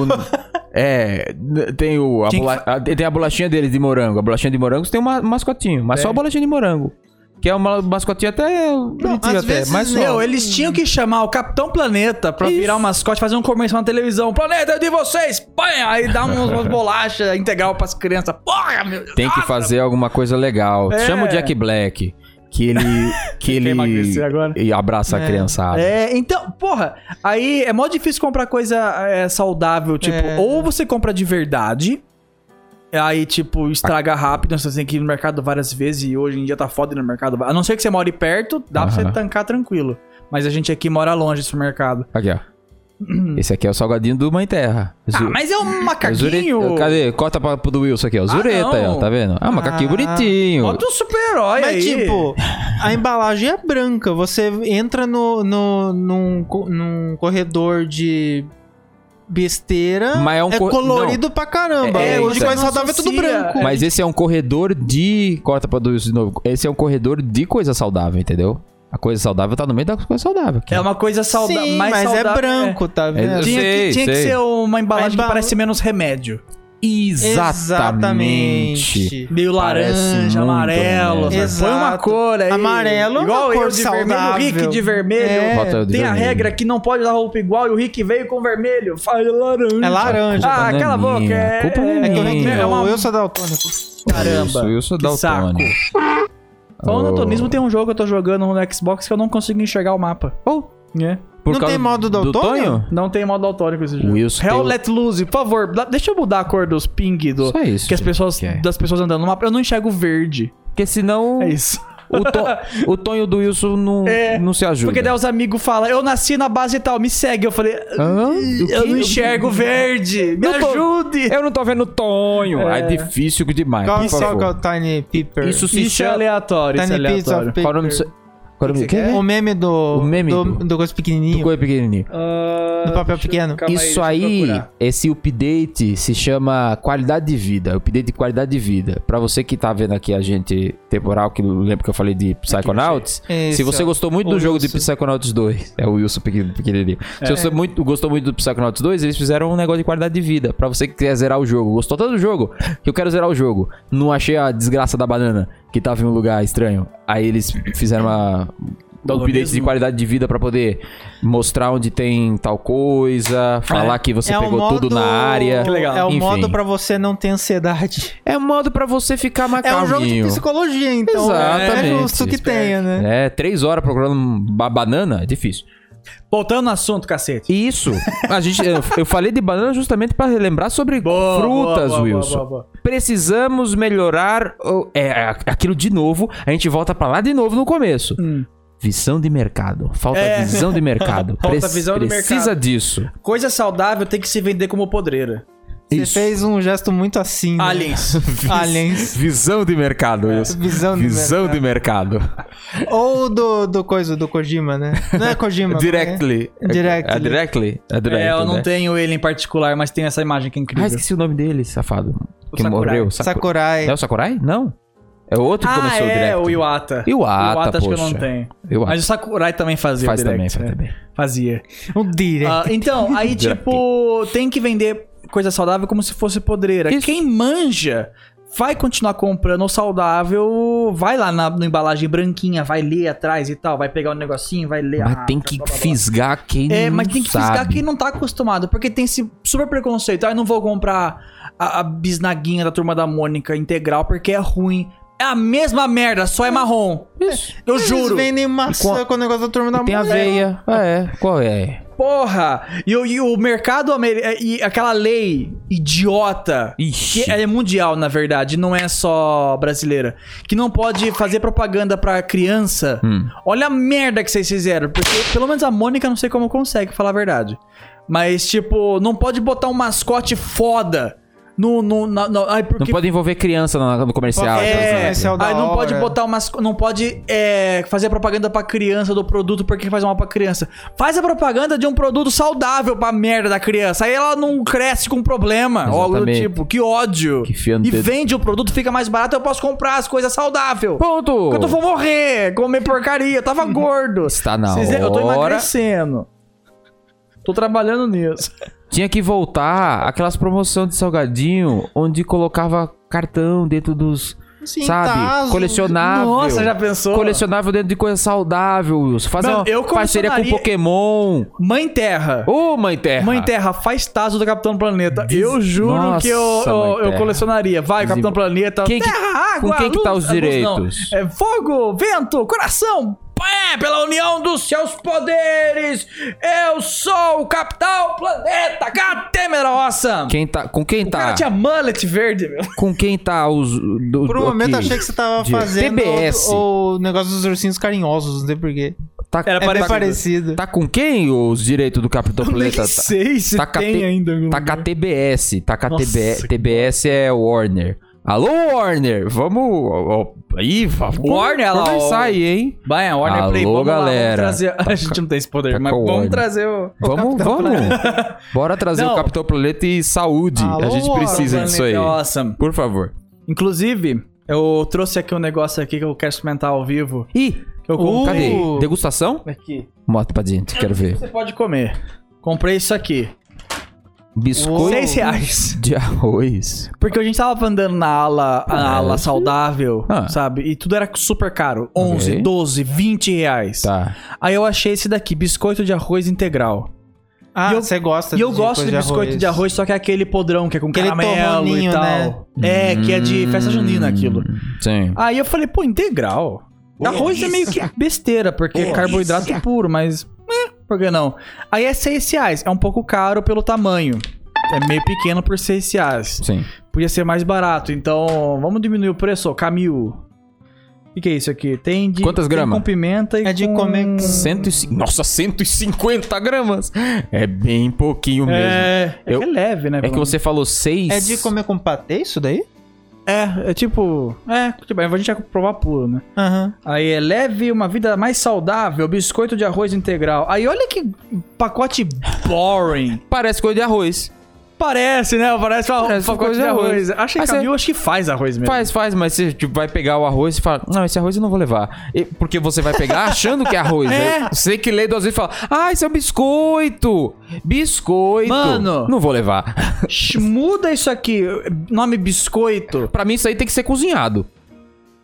é, tem o... A
Tinha que
bola- a- Tem a bolachinha deles de morango. A bolachinha de morango tem um ma- mascotinho, mas só a bolachinha de morango. Que é uma mascotinha até... bonitinha
às
até,
vezes
É, mas só.
Meu, eles tinham que chamar o Capitão Planeta pra
Isso.
virar um mascote, fazer um comercial na televisão. Planeta de vocês! põe! Aí dá umas, umas bolachas integral pras crianças. Porra, meu Deus!
Tem que fazer alguma coisa legal.
ah, É.
Chama o Jack Black, que ele... que
Quer emagrecer
ele...
agora?
E abraça
É.
a criançada.
É, então, porra, aí é mó difícil comprar coisa é, saudável, tipo,
É.
ou você compra de verdade, aí, tipo, estraga rápido, você tem que ir no mercado várias vezes e hoje em dia tá foda ir no mercado. A não ser que você more perto, dá pra você
Aham.
tancar tranquilo. Mas a gente aqui mora longe do mercado.
Aqui, ó. Esse aqui é o salgadinho do Mãe Terra.
Ah,
Zu-
mas é um
É o
macaquinho! Ah,
Zureta. Cadê? Corta pra, pro do Wilson aqui, ó. Zureta, aí, ó,
não.
tá vendo? Ah, macaquinho
Ah.
bonitinho.
Bota um super-herói
Mas,
aí.
tipo, a embalagem é branca. Você entra no, no, num, co- num corredor de besteira.
Mas é um cor-
colorido pra caramba.
É, é,
o de
então.
coisa saudável é tudo
Associa.
branco.
Mas esse é um corredor de. Corta pra do Wilson de novo. Esse é um corredor de coisa saudável, entendeu? A coisa saudável tá no meio da coisa saudável. aqui.
é uma coisa saudável,
Sim,
mais
mas
saudável.
é branco, tá
é.
vendo?
Tinha, que,
Sei,
tinha que
sei.
ser uma embalagem
embala-
que parece menos remédio.
Exatamente.
Meio
Parece
laranja,
muito,
amarelo.
né?
sabe?
Exato.
Põe uma cor aí.
Amarelo é uma
Igual
cor
eu de vermelho, o
saudável.
Rick de vermelho.
É.
Bota o de
Tem a
vermelho.
regra que não pode dar roupa igual e o Rick veio com vermelho. Fala laranja.
É laranja.
Ah,
Culpa
cala a
não é
boca.
minha.
É,
Culpa não é
É que eu,
minha.
é,
é
uma...
eu sou daltônico.
Caramba.
Isso, Wilson
que
Daltone.
Falando
Oh.
no Tonismo, tem um jogo que eu tô jogando no Xbox que eu não consigo enxergar o mapa.
Oh,
É.
por
Não
causa
tem modo
do
daltônico?
Tonho?
Não tem modo autônico esse jogo.
Wilson
Hell
tem o-
Let Loose, por favor, dá- deixa eu mudar a cor dos ping do...
Só isso.
Que as pessoas,
que é.
das pessoas andando no mapa, eu não enxergo verde.
Porque senão
É isso.
o, to... o Tonho do Wilson não,
É,
não se ajuda.
Porque daí os amigos falam, eu nasci na base e tal, me segue. Eu falei,
Hã? O
eu
quê?
não enxergo verde, me
Eu tô-
ajude.
Eu não tô vendo o Tonho.
É.
É, difícil demais.
Qual
por
qual
favor.
que é o Tiny Pepper?
Isso se
Isso é
chama.
aleatório, isso é
Tiny Pieces
aleatório.
of Paper.
Qual é o nome disso? Qual é o nome?
Que que
Quem
é?
é?
O meme do.
O meme
do,
do-
do coisa pequenininho.
Do Coelho pequenininho.
Ah,
Do papel
deixa eu-
pequeno?
calma
Isso
deixa eu
aí,
procurar.
esse update se chama qualidade de vida. Update de qualidade de vida. Pra você que tá vendo aqui a gente temporal, que lembra que eu falei de Psychonauts.
achei.
se
Esse,
você
ó.
gostou muito
O
do jogo de
Wilson.
Psychonauts 2, é o Wilson pequeno- pequenininho.
É.
Se você muito, gostou muito do Psychonauts 2, eles fizeram um negócio de qualidade de vida. Pra você que quer zerar o jogo. Gostou tanto do jogo que eu quero zerar o jogo. Não achei a desgraça da banana que tava em um lugar estranho. Aí eles fizeram uma. Um update de
Dolorismo.
qualidade de vida pra poder mostrar onde tem tal coisa, falar que você
É o
pegou tudo
modo-
na área.
É.
um
Que legal.
É o
Enfim.
modo pra você não ter ansiedade.
É um modo pra você ficar mais
É um jogo de
calminho.
psicologia, então.
Exatamente.
É justo que tenha, né?
É, três horas procurando ba- banana é difícil.
Voltando no assunto, cacete.
Isso. A gente, eu, eu falei de banana justamente para relembrar sobre
Boa, boa,
frutas,
boa,
Wilson.
boa, boa, boa.
Precisamos melhorar. o- É, a- aquilo de novo. A gente volta pra lá de novo no começo.
Hum.
Visão de mercado. Falta
É.
visão de mercado.
Falta
Prec-
visão de
Precisa disso.
Coisa saudável tem que se vender como podreira.
Você
É Isso.
fez um gesto muito assim. né?
Aliens.
Aliens.
Visão de mercado, Wilson.
É, Visão, do
Visão de
mercado.
mercado.
Ou do, do coisa, do Kojima, né? Não é Kojima. mas
Directly.
Directly.
É directly. É, directly,
É, eu não
né?
tenho ele em particular, mas tem essa imagem que é
Ah,
incrível.
esqueci o nome dele, safado.
O
que
Sakurai.
morreu.
É.
Saku-
Sakurai.
É o Sakurai? Não. É o outro que
Ah,
começou o
é,
direct.
o Iwata.
Iwata,
acho que eu não
poxa.
tenho.
Eu acho.
Mas o Sakurai também fazia
Faz
direct,
também, faz
né?
também.
Fazia.
Um direct.
Ah, então, aí
Direct.
tipo, tem que vender coisa saudável como se fosse podreira.
Isso.
Quem manja vai continuar comprando o saudável, vai lá na, na embalagem branquinha, vai ler atrás e tal, vai pegar um negocinho, vai ler.
Mas
ah,
tem que
blá, blá, blá.
fisgar quem
É,
não
mas tem que
sabe.
fisgar quem não tá acostumado, porque tem esse super preconceito. Ah, eu não vou comprar a, a bisnaguinha da turma da Mônica integral porque é ruim. É a mesma merda, só é marrom.
Isso.
Eu
Eles
juro.
vendem maçã
E
com o negócio da turma da
Tem
Mônica.
aveia. Ah, é. Qual é?
Porra! E, o- e o mercado amer- é, e aquela lei idiota.
Ixi.
Que é mundial, na verdade, não é só brasileira. Que não pode fazer propaganda pra criança.
Hum.
Olha a merda que vocês fizeram. Porque, pelo menos a Mônica não sei como consegue, falar a verdade. Mas, tipo, não pode botar um mascote foda no. no na- na- ai,
Não
porque.
pode envolver criança na- no comercial.
É.
por exemplo.
comercial da
Aí não
hora.
pode botar umas. Não pode é, fazer propaganda pra criança do produto porque faz mal pra criança. Faz a propaganda de um produto saudável pra merda da criança. Aí ela não cresce com problema. ou Algo do
Exatamente.
tipo. Que ódio.
Que fio no
e
dedo.
vende o produto, fica mais barato, eu posso comprar as coisas saudável.
Ponto.
Porque eu vou morrer, comer porcaria, eu tava gordo.
Está na
Vocês- é, Eu tô
hora.
emagrecendo. Tô trabalhando nisso.
Tinha que voltar aquelas promoções de salgadinho onde colocava cartão dentro dos.
Sim,
sabe?
tazo.
Colecionável.
Nossa, já pensou?
Colecionável dentro de coisa saudável, Wilson. Fazer
Mano,
uma
eu
parceria com
colecionaria-
Pokémon.
Mãe Terra.
Ô, Mãe Terra.
Mãe Terra, faz Tazo do Capitão Planeta. Eu juro que
Nossa,
eu, eu,
Mãe
eu
Terra.
colecionaria. Vai,
Desem-
Capitão Planeta.
Quem que-
Terra, água,
com quem que tá os
luz- luz não.
direitos?
É, fogo, vento, coração. É, pela união dos seus poderes, eu sou o Capitão Planeta. Cadê, minha nossa?
Quem tá, com quem
O cara
tá?
tinha mullet verde, meu.
Com quem tá os. Do,
Por um
do-
momento eu
aqui?
achei que você tava
De-
fazendo
TBS.
o, o negócio dos ursinhos carinhosos, não sei porquê.
Tá,
Era
É
parecido.
bem parecido.
tá com quem os direitos do Capitão Planeta? Tá-
sei se
Taca tem te-
ainda, meu.
Tá com a TBS. Tá com a
Nossa,
TB, TBS é Warner. Alô, Warner! Vamos. ó, ó, Ih, vamos
Warner, lá, ó.
conversar aí, hein?
Vai, a Warner
Alô,
Play, vamos
galera. Tá
lá, vamos trazer... A gente não tem esse poder,
Taca
mas
o
vamos
Warner.
trazer o...
Vamos, vamos. Bora trazer
Não.
o Capitão Planeta e saúde.
Alô,
a gente precisa
Capitão
disso aí.
Planeta é Awesome.
Por favor.
Inclusive, eu trouxe aqui um negócio aqui que eu quero experimentar ao vivo.
Ih,
Que eu
Uh.
comprei.
cadê? Degustação?
Aqui.
Mota pra dentro, quero ver.
Você pode comer. Comprei isso aqui.
Biscoito
Seis reais.
de arroz.
Porque a gente tava andando na ala, a ala saudável,
Ah.
sabe? E tudo era super caro. 11,
Ok.
12, 20 reais.
Tá.
Aí eu achei esse daqui, biscoito de arroz integral.
Ah,
E eu-
você gosta
e eu gosto de
coisa
biscoito de arroz, só que é aquele podrão, que é com
Aquele
caramelo e
torroninho,
tal. É, que é de
Hum.
festa junina aquilo.
Sim.
Aí eu falei, pô, integral. Arroz é meio que besteira, porque é carboidrato puro, mas. eh, por que não? Aí é 6 reais. É um pouco caro pelo tamanho. É meio pequeno por 6 reais.
Sim.
Podia ser mais barato. Então, vamos diminuir o preço, ó. Camil. O que, que é isso aqui? Tem de.
Quantas
tem
gramas?
Com pimenta e
É de
com-
comer com-
105. Nossa, 150 gramas! É bem pouquinho mesmo.
É, é
Eu-
que é leve, né?
É
pelo
que você falou seis.
É de comer com patê isso daí?
menos. É, é tipo. É, tipo, a gente vai provar puro, né?
Aham.
Aí é leve uma vida mais saudável, biscoito de arroz integral. Aí olha que pacote boring.
Parece coisa de arroz.
Parece, né? Parece uma
Parece
pacote
coisa
de
de
arroz.
arroz.
Acho que
Mas
Camil, acho que faz arroz mesmo.
Faz, faz, mas você tipo, vai pegar o arroz e fala: Não, esse arroz eu não vou levar. E- porque você vai pegar achando que é arroz.
É.
né? Você que lê duas vezes e fala: Ah, isso é um biscoito! Biscoito!
Mano.
Não vou levar.
Sh- Muda isso aqui, nome biscoito.
pra mim, isso aí tem que ser cozinhado.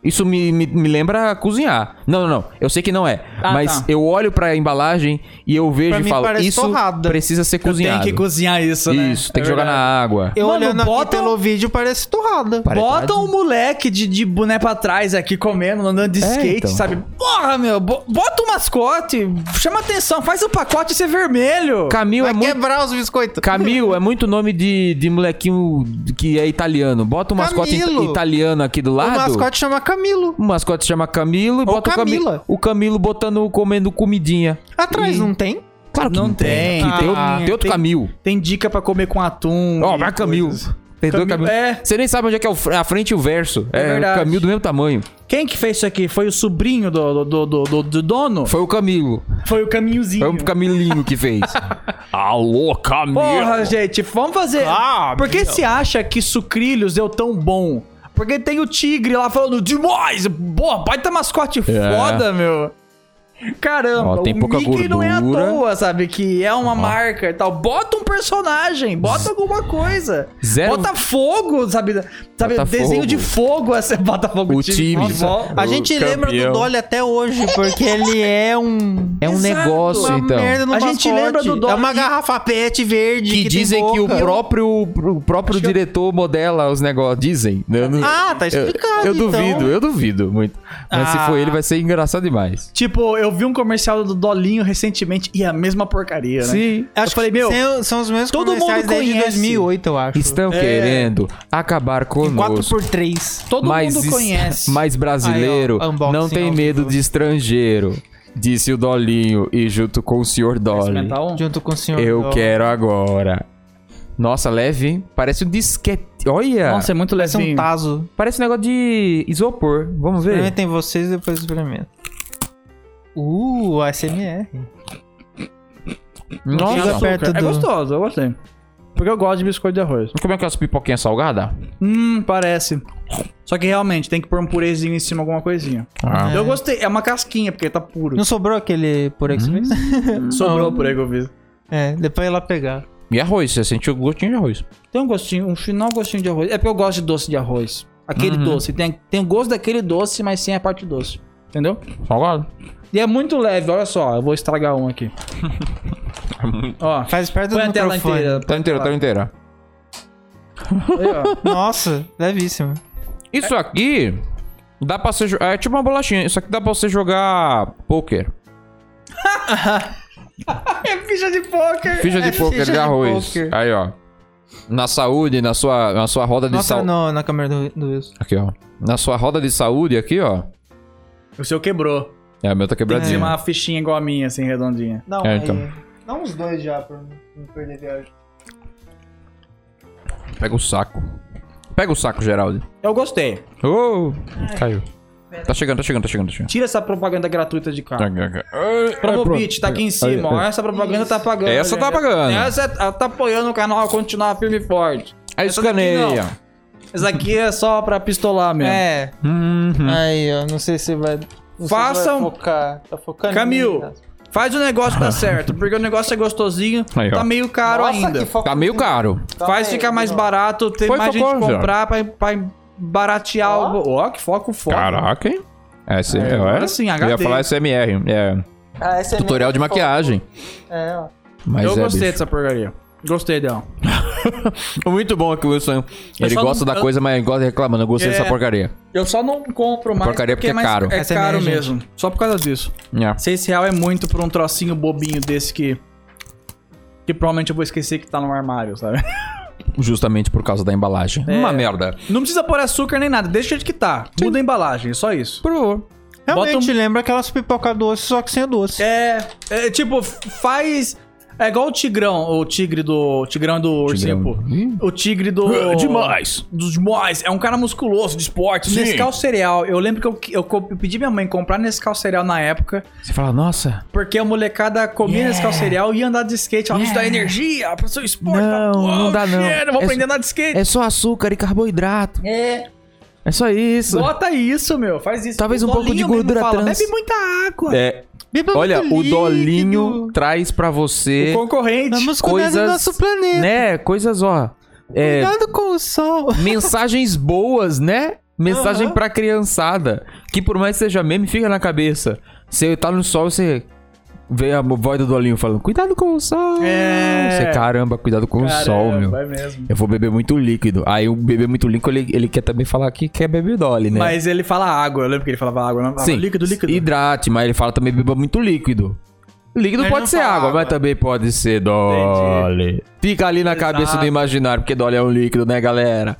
Isso me, me, me lembra a cozinhar. Não, não, não. Eu sei que não é.
Ah,
mas
tá.
eu olho pra embalagem e eu vejo
Pra
e
mim
falo,
parece
isso
torrada.
precisa ser
Tem
cozinhado.
que cozinhar isso, né?
Isso, tem
É
que jogar
verdade.
na água.
Eu
Mano,
olhando
bota- um-
aqui pelo vídeo parece torrada.
Parece-
Bota um moleque de, de boné pra trás aqui comendo, andando de
É,
skate,
então.
sabe? Porra, meu, bo- bota um mascote, chama atenção, faz o pacote ser vermelho.
Camil
um- Vai
é muito.
quebrar os biscoitos.
Camil é muito nome de, de molequinho que é italiano. Bota um mascote
Camilo.
ita- italiano aqui do
o
lado.
mascote chama Camilo.
O mascote chama Camilo e
Ou
bota o Camilo.
Camila.
O Camilo botando, comendo comidinha.
Atrás não tem?
Claro que
Não
não,
tem.
Aqui tem,
Ah,
outro- tem outro
tem-
Camil.
Tem dica pra comer com atum.
Ó,
e
vai Camil.
coisas.
Tem dois
Camil-
Camil.
é.
Você nem sabe onde é que é o fr- a frente e o verso.
É
É, o
verdade.
Camil do mesmo tamanho.
Quem que fez isso aqui? Foi o sobrinho do, do, do, do, do dono?
Foi o Camilo.
Foi o caminhozinho.
Foi um o Camilinho que fez. Alô, Camilo.
Porra, gente, vamos fazer.
Ah,
Por que se acha que sucrilhos deu tão bom? Porque tem o tigre lá falando demais. Porra, baita mascote foda, meu. Caramba,
É. Ó, tem
o
pouca
Mickey não é à
gordura.
toa, sabe? Que é uma marca e tal. Bota um personagem, bota alguma coisa.
Zero-
Bota fogo, sabe? Sabe,
Bota
desenho de fogo, essa bota fogo
O time.
de volta.
A
O
gente lembra do
campeão.
Dolly até hoje, porque ele é um.
É um
Exato,
negócio,
uma
então.
merda no
A gente
mascote.
lembra do Dolly.
É uma garrafa pet verde.
Que,
tem
dizem que o
boca.
próprio, o próprio diretor modela os negócios. Dizem. né? Eu não-
Ah, tá
eu,
explicado.
eu
então.
duvido, eu duvido muito. Mas se
Ah.
for ele, vai ser engraçado demais.
Tipo, eu vi um comercial do Dolinho recentemente e é a mesma porcaria, né?
Sim.
Eu
Acho
falei,
que
meu,
são, são os mesmos
todo mundo
comerciais desde
conhece.
2008, eu acho.
Estão
É.
querendo acabar conosco.
4x3.
Todo
mas,
mundo
is-
conhece.
mas brasileiro
Aí, ó, unboxing
não tem
ao
medo
vivo.
de estrangeiro, disse o Dolinho e junto com o senhor Dolly.
Experimentar um?
Junto com é o senhor.
Eu
Dolly.
quero agora. Nossa, leve, hein? Parece um disquete. Olha!
Nossa, é muito
Parece um
levinho.
taso.
Parece um negócio de isopor. Vamos ver.
Experimentem vocês depois experimento. Uh, ASMR. É.
Tem
Chega
Nossa,
açúcar.
perto
É
do-
gostoso, eu gostei. Porque eu gosto de biscoito de arroz.
como é que é as pipoquinhas salgadas?
Hum, parece. Só que realmente, tem que pôr um purezinho em cima, alguma coisinha.
Ah.
Eu gostei, é uma casquinha, porque tá puro.
Não sobrou aquele purê que você fez?
Sobrou o purê que eu fiz.
Hum? É, depois ir lá pegar.
E arroz, você sentiu o gostinho de arroz.
Tem um gostinho, um final gostinho de arroz. É porque eu gosto de doce de arroz. Aquele doce. Tem, tem o gosto daquele doce, mas sem a parte doce. Entendeu?
Salgado?
E é muito leve, olha só. Eu vou estragar um aqui.
É
Ó,
Faz perto do
põe a tela
microfone.
inteira.
Tá inteira, tá inteira.
Aí, ó.
Nossa, levíssimo.
Isso aqui dá pra você jogar. É tipo uma bolachinha. Isso aqui dá pra você jogar poker.
É ficha de pôquer.
Ficha de
É
poker
ficha
de
de
arroz.
poker.
Aí, ó. Na saúde, na sua, na sua roda de
Mostra
saúde.
no, na câmera do, do Wilson.
Aqui, ó. Na sua roda de saúde, aqui, ó.
O seu quebrou.
É, o meu tá
Tinha
quebradinho.
uma fichinha igual a minha, assim, redondinha.
Dá
É, então.
Dá uns dois já pra não não perder viagem.
Pega o saco. Pega o saco, Geraldo.
Eu gostei.
Ô! caiu. Tá chegando, tá chegando, tá chegando, tá chegando.
Tira essa propaganda gratuita de
É,
carro.
Ai,
Promobit, tá aqui em cima, ó.
Aí,
Essa propaganda tá pagando.
É, Essa tá pagando.
Essa ela tá apoiando o canal a continuar firme e forte.
aí
Essa daqui não.
É escaneia.
Essa aqui é só pra pistolar mesmo.
É.
Uhum.
Aí, ó. Não sei se vai. não sei se
Façam-
vai focar. Tá focando. em
Camil,
mim, cara.
faz o negócio dar certo, porque o negócio é gostosinho,
Aí, ó.
tá meio caro
Nossa,
ainda.
que foco
Tá meio caro.
Faz ficar mais barato, tem
Foi
mais gente
socorro, já.
comprar pra, pra baratear o. Ó, que foco, foco.
Caraca, hein? É, sim, é,
agora sim,
Eu ia
HD.
falar SMR. É,
Ah, esse é
tutorial de
meio foco.
maquiagem.
É, ó.
Mas
Eu
é,
gostei
bicho.
dessa porcaria. Gostei dela.
Muito bom aqui o Wilson. Ele
só
gosta
não-
da
eu-
coisa, mas gosta reclamando. Eu gostei
É.
dessa porcaria.
Eu só não compro mais.
Porcaria porque é
mais-
caro.
É
Essa é
caro
minha,
mesmo. Só por causa disso.
É.
6 real é muito pra um trocinho bobinho desse que. Que provavelmente eu vou esquecer que tá no armário, sabe?
Justamente por causa da embalagem.
É.
Uma merda.
Não precisa pôr açúcar nem nada, deixa de que tá. Muda a embalagem, só isso.
Por favor.
Realmente
Bota um-
lembra aquelas pipoca doce, só que sem a doce.
É. é, tipo, faz. É igual o tigrão, o tigre do. O tigrão do ursinho.
Tigrão.
pô.
Ih.
O tigre do.
Ah, Demais.
Dos demais. É um cara musculoso de esporte.
Sim.
Nescau cereal. Eu lembro que eu, eu co- eu pedi minha mãe comprar Nescau cereal na época.
Você fala, nossa.
Porque a molecada comia yeah. Nescau cereal e ia andar de skate. Ela, Isso dá energia pro seu esporte. tá
Não,
Uau,
não dá não.
cheiro, vou
É
aprender a
só-
andar de skate.
É só açúcar e carboidrato.
É.
É só isso.
Bota isso, meu. Faz isso.
Talvez
O
um pouco
Dolinho
de gordura
mesmo
trans.
Bebe muita água.
É,
Beba
olha,
muito
o
líquido.
dolinho traz pra
O
você,
concorrente.
Vamos cuidar do
coisas-
nosso
né?
planeta.
né, coisas ó, é,
Cuidado com o sol.
mensagens boas, né? Mensagem
Aham.
pra criançada. Que por mais que seja meme, fica na cabeça. Você tá no sol, você vê a voz do Dolinho falando: Cuidado com o sol.
É.
Você, caramba, cuidado com o sol, meu.
É mesmo.
Eu vou beber muito líquido. Aí o beber muito líquido, ele, ele quer também falar que quer beber Dolly, né?
Mas ele fala água, eu lembro que ele falava água. Não,
Sim.
líquido, líquido.
Hidrate, mas ele fala também beba muito líquido. Líquido
Ele não
pode ser
fala
água,
água.
mas também pode ser Dolly. Fica ali na
Exato.
cabeça do imaginário, porque Dolly é um líquido, né, galera?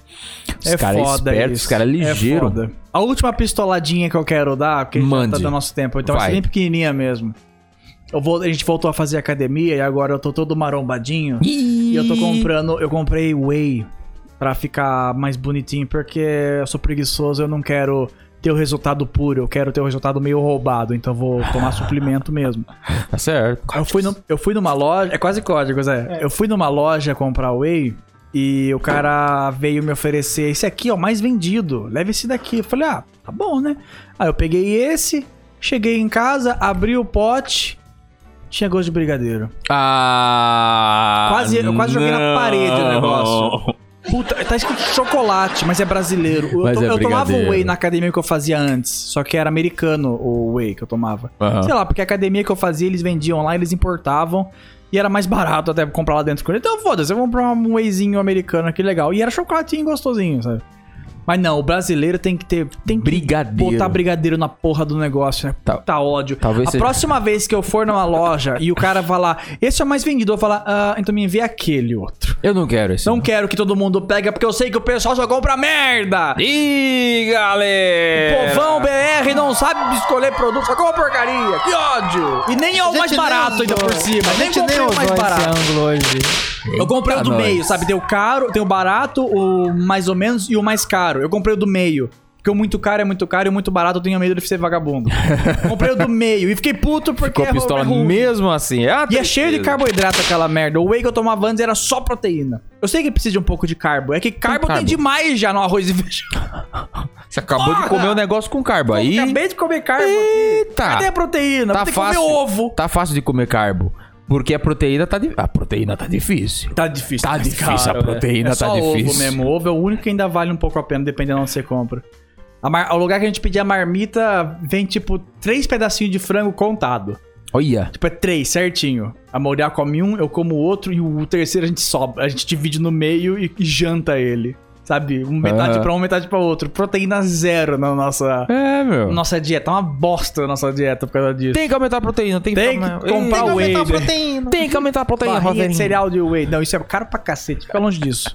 Os
É
caras
foda
espertos,
isso.
os caras é ligeiro.
foda. A última pistoladinha que eu quero dar, porque já
Mande.
tá dando nosso tempo, então vai
Vai.
ser bem pequenininha mesmo. Eu vou, a gente voltou a fazer academia e agora eu tô todo marombadinho. E eu tô comprando, eu comprei whey pra ficar mais bonitinho, porque eu sou preguiçoso, eu não quero ter o resultado puro, eu quero ter o resultado meio roubado, então eu vou tomar suplemento mesmo.
Tá certo.
Eu fui, no- eu fui numa loja. É quase código, Zé. Eu fui numa loja comprar Whey e o cara veio me oferecer esse aqui, ó, mais vendido. Leve esse daqui. Eu falei, ah, tá bom, né? Aí eu peguei esse, cheguei em casa, abri o pote. Tinha gosto de brigadeiro.
Ah.
Quase- eu quase joguei na
não.
parede o negócio. Puta, tá escrito chocolate, mas é brasileiro. Eu,
Mas
to-
é
eu tomava
brigadeiro.
whey na academia que eu fazia antes, só que era americano o whey que eu tomava.
Aham.
Sei lá, porque a academia que eu fazia, eles vendiam lá, eles importavam. E era mais barato até comprar lá dentro. Então foda-se, eu vou comprar um wheyzinho americano aqui legal. E era chocolatinho gostosinho, sabe? Mas não, o brasileiro tem que ter. Tem que
Brigadeiro.
botar brigadeiro na porra do negócio, né?
Tá.
Tá ódio.
Talvez
a
seja-
próxima vez que eu for numa loja e o cara falar, esse é o mais vendido, eu vou falar, ah, então me envia aquele outro.
Eu não quero esse.
Não quero que todo mundo pega, porque eu sei que o pessoal só compra merda!
Ih, galera!
Povão BR não sabe escolher produto, só compra porcaria. Que ódio! E nem é
A
o
gente
mais
nem
barato
usou-
ainda por cima.
A
Nem
gente
comprei
nem
o mais
usou esse
barato.
ângulo hoje.
Eu comprei o do
Eita, nós.
meio, sabe? Tem o caro, tem o barato, o mais ou menos e o mais caro. Eu comprei o do meio. Porque o muito caro é muito caro e o muito barato eu tenho medo de ser vagabundo. comprei o do meio e fiquei puto porque
Ficou
é ru-
pistola
é ruim.
mesmo assim. Ah,
E é cheio de
tristeza.
carboidrato aquela merda. O whey que eu tomava antes era só proteína. Eu sei que precisa de um pouco de carbo. É que carbo tem
carbo.
demais já no arroz e feijão.
Você acabou
Porra!
de comer um negócio com carbo aí.
Acabei de comer carbo.
Eita!
Cadê a proteína?
Tá
Vou ter que
fácil.
comer ovo.
Tá fácil de comer carbo. Porque a proteína tá di- A proteína tá difícil.
Tá difícil.
Tá difícil,
caro,
a
é
proteína tá
só Ovo
difícil.
mesmo. Ovo é o único que ainda vale um pouco a pena, dependendo de onde você compra. A mar- O lugar que a gente pedia a marmita vem tipo três pedacinhos de frango contado.
Olha.
Tipo, é três, certinho. A Moriá come um, eu como outro e o terceiro a gente sobra. A gente divide no meio e, e janta ele. Sabe? Um metade
Aham.
pra um, metade pra outro. Proteína zero na nossa,
É, meu.
nossa dieta. É uma bosta a nossa dieta por causa disso.
Tem que aumentar a proteína. Tem que,
Tem
tomar-
que comprar
Tem que
o whey,
aumentar a
né?
proteína. Tem que aumentar a proteína,
Barrinha de
Rogerinho.
cereal de whey. Não, isso é caro pra cacete. Fica longe disso.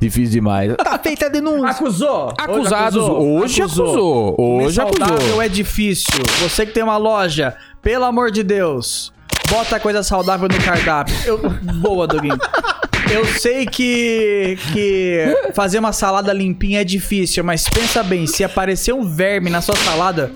Difícil demais.
Tá feita a denúncia.
Acusou.
Acusados. Hoje acusou.
Comer
Hoje
saudável
acusou.
é difícil. Você que tem uma loja, pelo amor de Deus, bota coisa saudável no cardápio. Eu- Boa, Doguinho. Eu sei que, que fazer uma salada limpinha é difícil, mas pensa bem, se aparecer um verme na sua salada,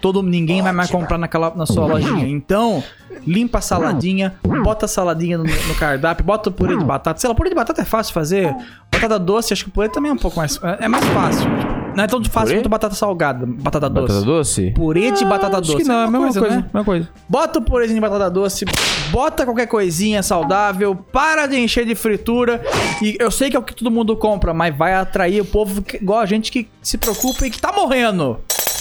todo ninguém vai mais comprar naquela, na sua lojinha. Então, limpa a saladinha, bota a saladinha no, no cardápio, bota o purê de batata. Sei lá, purê de batata é fácil de fazer. Batata doce, acho que o purê também é um pouco mais. É é mais fácil. Não é tão fácil
Purê?
quanto batata salgada, batata doce.
Batata doce?
Purê de batata doce.
Acho que não, é a mesma coisa.
né?
mesma coisa.
Bota o purêzinho de batata doce, bota qualquer coisinha saudável, para de encher de fritura. E eu sei que é o que todo mundo compra, mas vai atrair o povo que- igual a gente que se preocupa e que tá morrendo.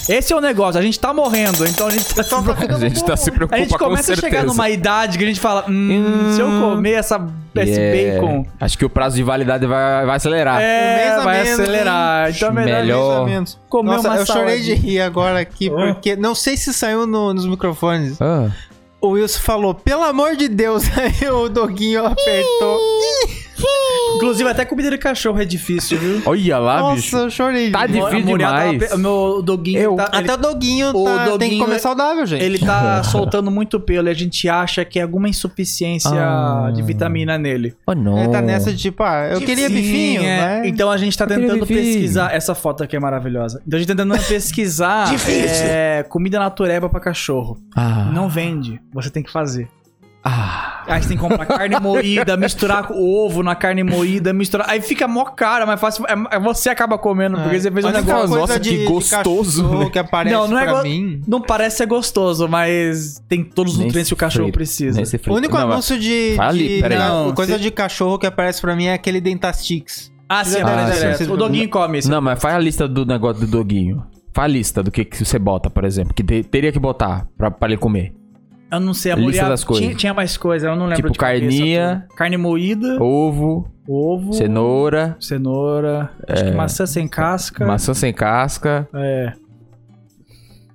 Esse é o negócio, a gente tá morrendo, então a gente tá se preocupando.
A gente tá se
A
preocupando
gente
com
começa a
certeza.
chegar numa idade que a gente fala, hum, se eu comer essa, É esse
Yeah.
bacon,
Acho que o prazo de validade vai, vai acelerar.
é,
Um mês a
vai
menos,
acelerar. Então é melhor.
Melhor. Oh.
Mais ou menos.
Comeu
Nossa,
uma
eu chorei de
saladinha.
rir agora aqui, porque não sei se saiu no- nos microfones.
Ah.
O Wilson falou, pelo amor de Deus, aí o Doguinho apertou.
Inclusive, até comida de cachorro é difícil, viu?
Olha lá,
Nossa,
Ah, bicho.
eu chorei. de
Tá
rir.
difícil
A Muriá tava
demais.
pe- o meu doguinho
Eu-
tá, ele,
Até o Doguinho,
O
tá- tem que
Doguinho é-
comer saudável, gente.
ele tá soltando muito pelo e a gente acha que é alguma insuficiência
Ah.
de vitamina nele.
Oh, não.
Ele tá nessa de, tipo, ah, eu queria
Sim,
bifinho,
é.
né?
Então a gente tá
Eu queria
tentando
bifinho.
pesquisar. Essa foto aqui é maravilhosa. Então a gente tá tentando pesquisar é, comida natureba pra cachorro.
Ah.
Não vende, você tem que fazer.
Ah.
Aí você tem que comprar carne moída, misturar com o ovo na carne moída, misturar. Aí fica mó cara, mas fácil. é- você acaba comendo, porque você fez um
é. Olha
negócio.
aquela
Nossa,
coisa
que gostoso,
cachorro
né?
que aparece
Não, não é
pra
go-
mim.
Não parece ser gostoso, mas tem todos os
Nem
nutrientes que o cachorro
frito,
precisa.
nem se
O
frita.
único
Não, mas-
anúncio de,
Fala ali,
de
peraí.
na-
Não,
coisa
se-
de cachorro que aparece pra mim é aquele Dentastix.
Ah, sim,
Ah,
aparece
sim.
direto. O doguinho come isso.
Não, mas faz a lista do negócio do doguinho. Faz a lista do que, que você bota, por exemplo. Que te- teria que botar pra, pra ele comer.
Eu não sei, a
Lista
mulher
das coisas.
Tinha, tinha mais coisa, eu não lembro
Tipo
de cabeça
carninha.
tudo. Carne moída,
Ovo,
ovo,
cenoura, É.
cenoura, acho que maçã sem casca.
maçã sem casca.
É.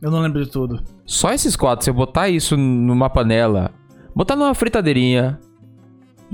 Eu não lembro de tudo.
Só esses quatro. Se eu botar isso numa panela, botar numa fritadeirinha.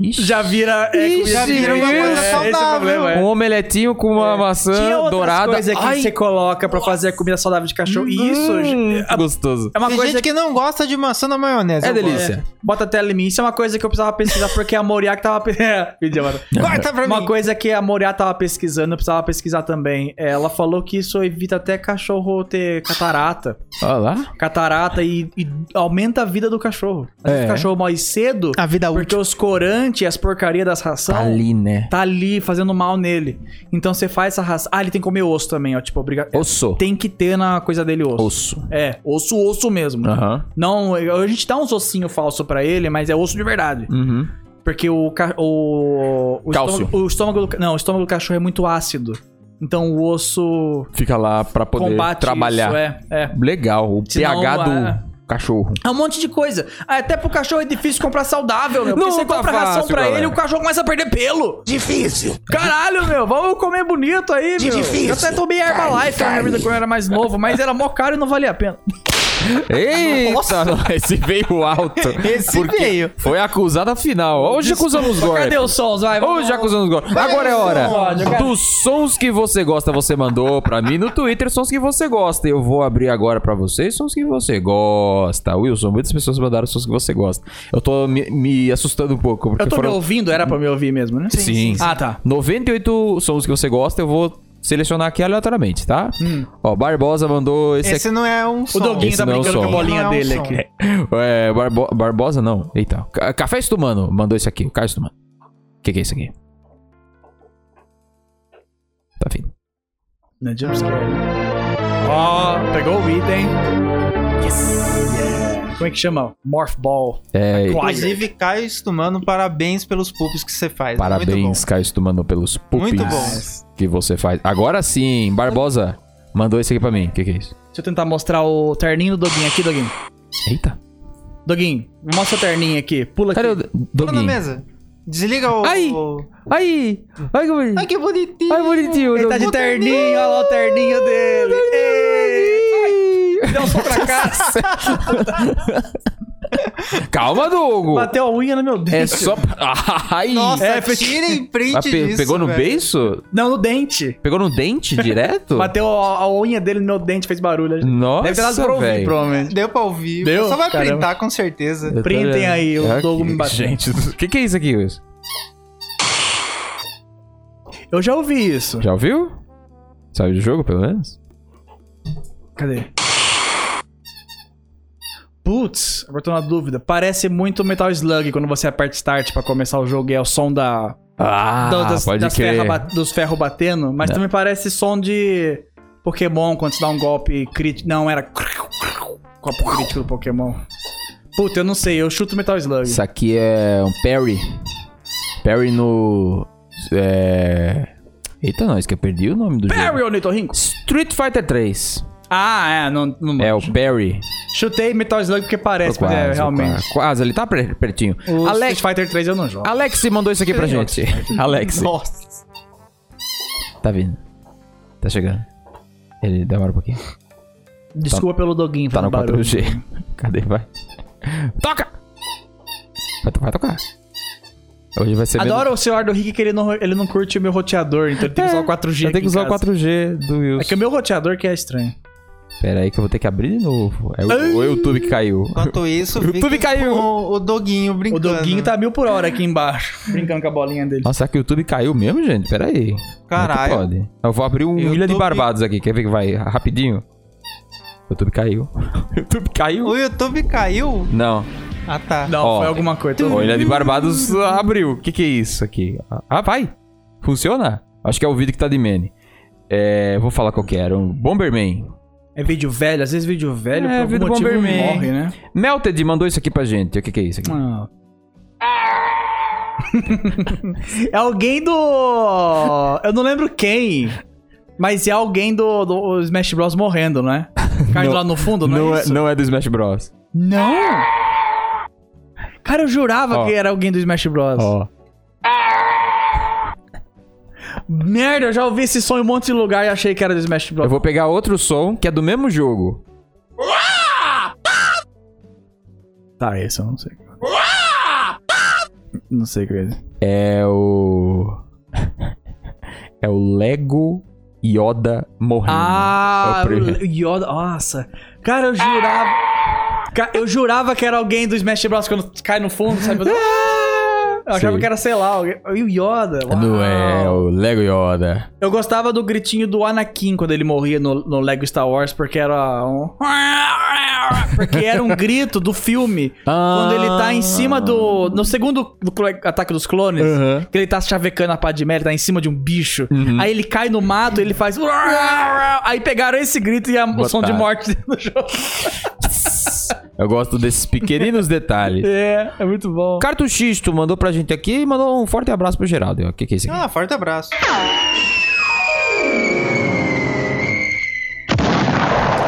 Ixi.
Já vira... É,
Ixi,
comida
já
de
vira uma
criança,
coisa
é, Esse é o
saudável.
problema, é.
Um omeletinho com uma maçã
Tinha outras
dourada.
coisas que
Ai,
você coloca pra fazer a comida saudável de cachorro. E isso
hum, gostoso.
é uma
Tem
coisa
gente que não gosta de maçã na maionese.
É
eu gosto.
delícia.
Bota a tela em mim. Isso é uma coisa que eu precisava pesquisar, porque a Moriá que tava. pe- É, pedi agora.
Corta pra
uma
mim.
coisa que a Moriá tava pesquisando, eu precisava pesquisar também. É, Ela falou que isso evita até cachorro ter catarata.
Olha lá.
Catarata e, e aumenta a vida do cachorro. Às vezes
É.
o cachorro morre cedo,
A vida é útil.
porque os corantes e as porcarias das ração.
Tá ali, né?
Tá ali fazendo mal nele. Então você faz essa ração. Ah, ele tem que comer osso também, ó. Tipo, obrigado.
Osso.
Tem que ter na coisa dele osso.
Osso.
É, osso, osso mesmo.
Aham.
Não, a gente dá uns ossinhos falsos pra ele, mas é osso de verdade.
Uhum.
Porque o. ca- o, o
Cálcio.
Estômago, o estômago do, ca- não, o estômago do cachorro é muito ácido. Então o osso
Fica lá pra poder
combate
trabalhar.
isso. É, é.
Legal. O
Senão,
pH do
ah,
cachorro.
É um monte de coisa. Ah, Até pro cachorro é difícil comprar saudável, meu. Porque
Não
você
tá
compra ração
fácil,
pra
galera.
ele o cachorro começa a perder pelo. Difícil. Caralho, meu. Vamos comer bonito aí, meu. Difícil. Eu até tomei Herbalife na minha vida quando eu era mais novo, mas era mó caro e não valia a pena.
Eita, esse veio alto.
Esse veio.
Foi acusada final. Hoje acusamos os
Cadê os
gordos.
sons? Vai, vamos-
Hoje acusamos os gordos. Agora é hora dos sons que você gosta. Você mandou pra mim no Twitter sons que você gosta. Eu vou abrir agora pra vocês sons que você gosta. Wilson, muitas pessoas mandaram sons que você gosta. Eu tô me, me assustando um pouco. Porque
Eu tô
foram
me ouvindo, era pra me ouvir mesmo, né?
Sim, sim, sim.
Ah, tá.
98 sons que você gosta. Eu vou selecionar aqui aleatoriamente, tá?
Hum.
Ó, Barbosa mandou esse, aqui.
Esse não é um som.
Doguinho tá
Esse não é o som.
Não é um som.
É, Barbo- Barbosa não. Eita. Ca- Café Estumano mandou isso aqui. O Caio Estumano. O que, que é isso aqui? Tá vindo.
Não é jumpscare. Ó, pegou o item. Yes! Como é que chama? Morph Ball.
É,
Inclusive,
Inclusive, Caio Estumano, parabéns pelos pups que você
É
faz.
parabéns, Caio Estumano, pelos pupis
Muito bom.
que você faz. Agora sim, Barbosa mandou isso aqui pra mim. O que, que é isso?
deixa eu tentar mostrar o terninho do Doguinho aqui, Doguinho.
Eita.
Doguinho, mostra o terninho aqui. Pula aqui.
Cadê o do-
Pula na
doguinho?
mesa. Desliga o...
Aí. Aí. Ai, que
Ai,
bonitinho.
que bonitinho.
Ai, bonitinho.
Ele tá de terninho, olha lá o terninho dele. Ei! Ai, Deu um som pra cá.
Calma, Dogo.
Bateu a unha no meu dente.
É só... Ai.
Nossa,
É, foi-
tirem print
Mas pe-
disso,
pegou no
velho.
beiço?
Não, no dente.
Pegou no dente direto?
Bateu a, a unha dele no meu dente, fez barulho.
Nossa,
Deve ter dado pra ouvir,
velho.
provavelmente.
Deu pra ouvir.
Deu?
Só vai
Caramba.
printar, com certeza.
Eu tô
Printem
olhando.
aí, o
Aqui,
Dogo me bateu.
Gente, o que, que é isso aqui, Wilson?
Eu já ouvi isso.
Já ouviu? Sabe do jogo, pelo menos?
Cadê? Putz, agora tô na dúvida. Parece muito Metal Slug quando você aperta Start pra começar o jogo e é o som da,
Ah,
da- das,
pode
das
crer. É.
ferra ba- dos ferros batendo, mas também parece som de Pokémon quando você dá um golpe crítico. Não, era. Golpe crítico do Pokémon. Puta, eu não sei, eu chuto Metal Slug.
Isso aqui é um parry. Parry no... É... Eita, não, isso que eu perdi o nome do
Parry,
jogo.
Onitorrinco!
Street Fighter 3.
Ah, é, não. não-
É o parry.
Chutei Metal Slug porque
Tô
parece, mas é,
tô
realmente.
Quase, quase, ele tá pre- pertinho.
O
Alex,
Street Fighter 3 eu não jogo.
Alex mandou isso aqui pra gente. Alex.
Nossa.
Tá vindo. Tá chegando. Ele demora um pouquinho.
Desculpa pelo doguinho,
Tá no
fazendo barulho.
4G. Cadê? Vai. Toca! Vai, to- vai tocar. Hoje vai ser
Adoro o celular do Rick que ele não, ele não curte o meu roteador, então ele tem que usar o 4G.
É, Eu tenho
aqui
que
em
usar o
casa.
4G do
É que
Wilson.
o meu roteador que é estranho.
Pera aí que eu vou ter que abrir de novo. É o, o YouTube que caiu.
Enquanto isso,
YouTube
fiquem
caiu.
com o Doguinho
O
brincando.
doguinho tá mil por hora aqui embaixo, brincando com a bolinha dele.
Nossa, será que o YouTube caiu mesmo, gente? Pera aí. Como é que
Caralho.
pode? Eu vou abrir um
YouTube-
Ilha de Barbados aqui. Quer ver que vai rapidinho? O YouTube caiu. O YouTube caiu?
O YouTube caiu?
Não.
Ah, tá.
Não,
Ó,
foi alguma coisa. tô
O
ouvindo.
Ilha de Barbados abriu. O que, que é isso aqui? Ah, vai. Funciona? Acho que é o vídeo que tá de Mene. É, vou falar qual que era. Um Bomberman.
É vídeo velho, às vezes vídeo velho,
É,
por algum
vídeo
motivo
Bomberman.
morre, né?
Melted mandou isso aqui pra gente. O que, que é isso aqui?
Ah, É alguém do. Eu não lembro quem. Mas é alguém do, do Smash Bros morrendo, não é? Caindo
Não.
lá no fundo, não,
Não
é
é,
isso?
não é do Smash Bros.
Não! Cara, eu jurava
Ó.
que era alguém do Smash Bros.
Ó.
Merda, eu já ouvi esse som em um monte de lugar e achei que era do Smash Bros.
Eu vou pegar outro som que é do mesmo jogo.
Tá, esse eu não sei.
Ah!
Não sei o que é. esse.
É o. é o Lego Yoda morrendo.
Ah,
É o primeiro.
o Yoda. Nossa. Cara, eu jurava. Ca- Eu jurava que era alguém do Smash Bros. Quando cai no fundo, sabe? Eu achava
Sim.
que era, sei lá, alguém. E o Yoda. uau.
Não é o Lego Yoda.
Eu gostava do gritinho do Anakin quando ele morria no, no Lego Star Wars, porque era um. Porque era um grito do filme. Quando ele tá
Ah.
em cima do. No segundo do clo- ataque dos clones,
Aham.
que ele tá chavecando a Padmé, ele tá em cima de um bicho.
Uhum.
Aí ele cai no mato, ele faz. Aí pegaram esse grito e a, o som de
Botaram.
morte no jogo.
Eu gosto desses pequeninos detalhes.
É, é muito bom.
Cartuxisto mandou pra gente aqui e mandou um forte abraço pro Geraldo. O que, que é isso aqui?
Ah, forte abraço.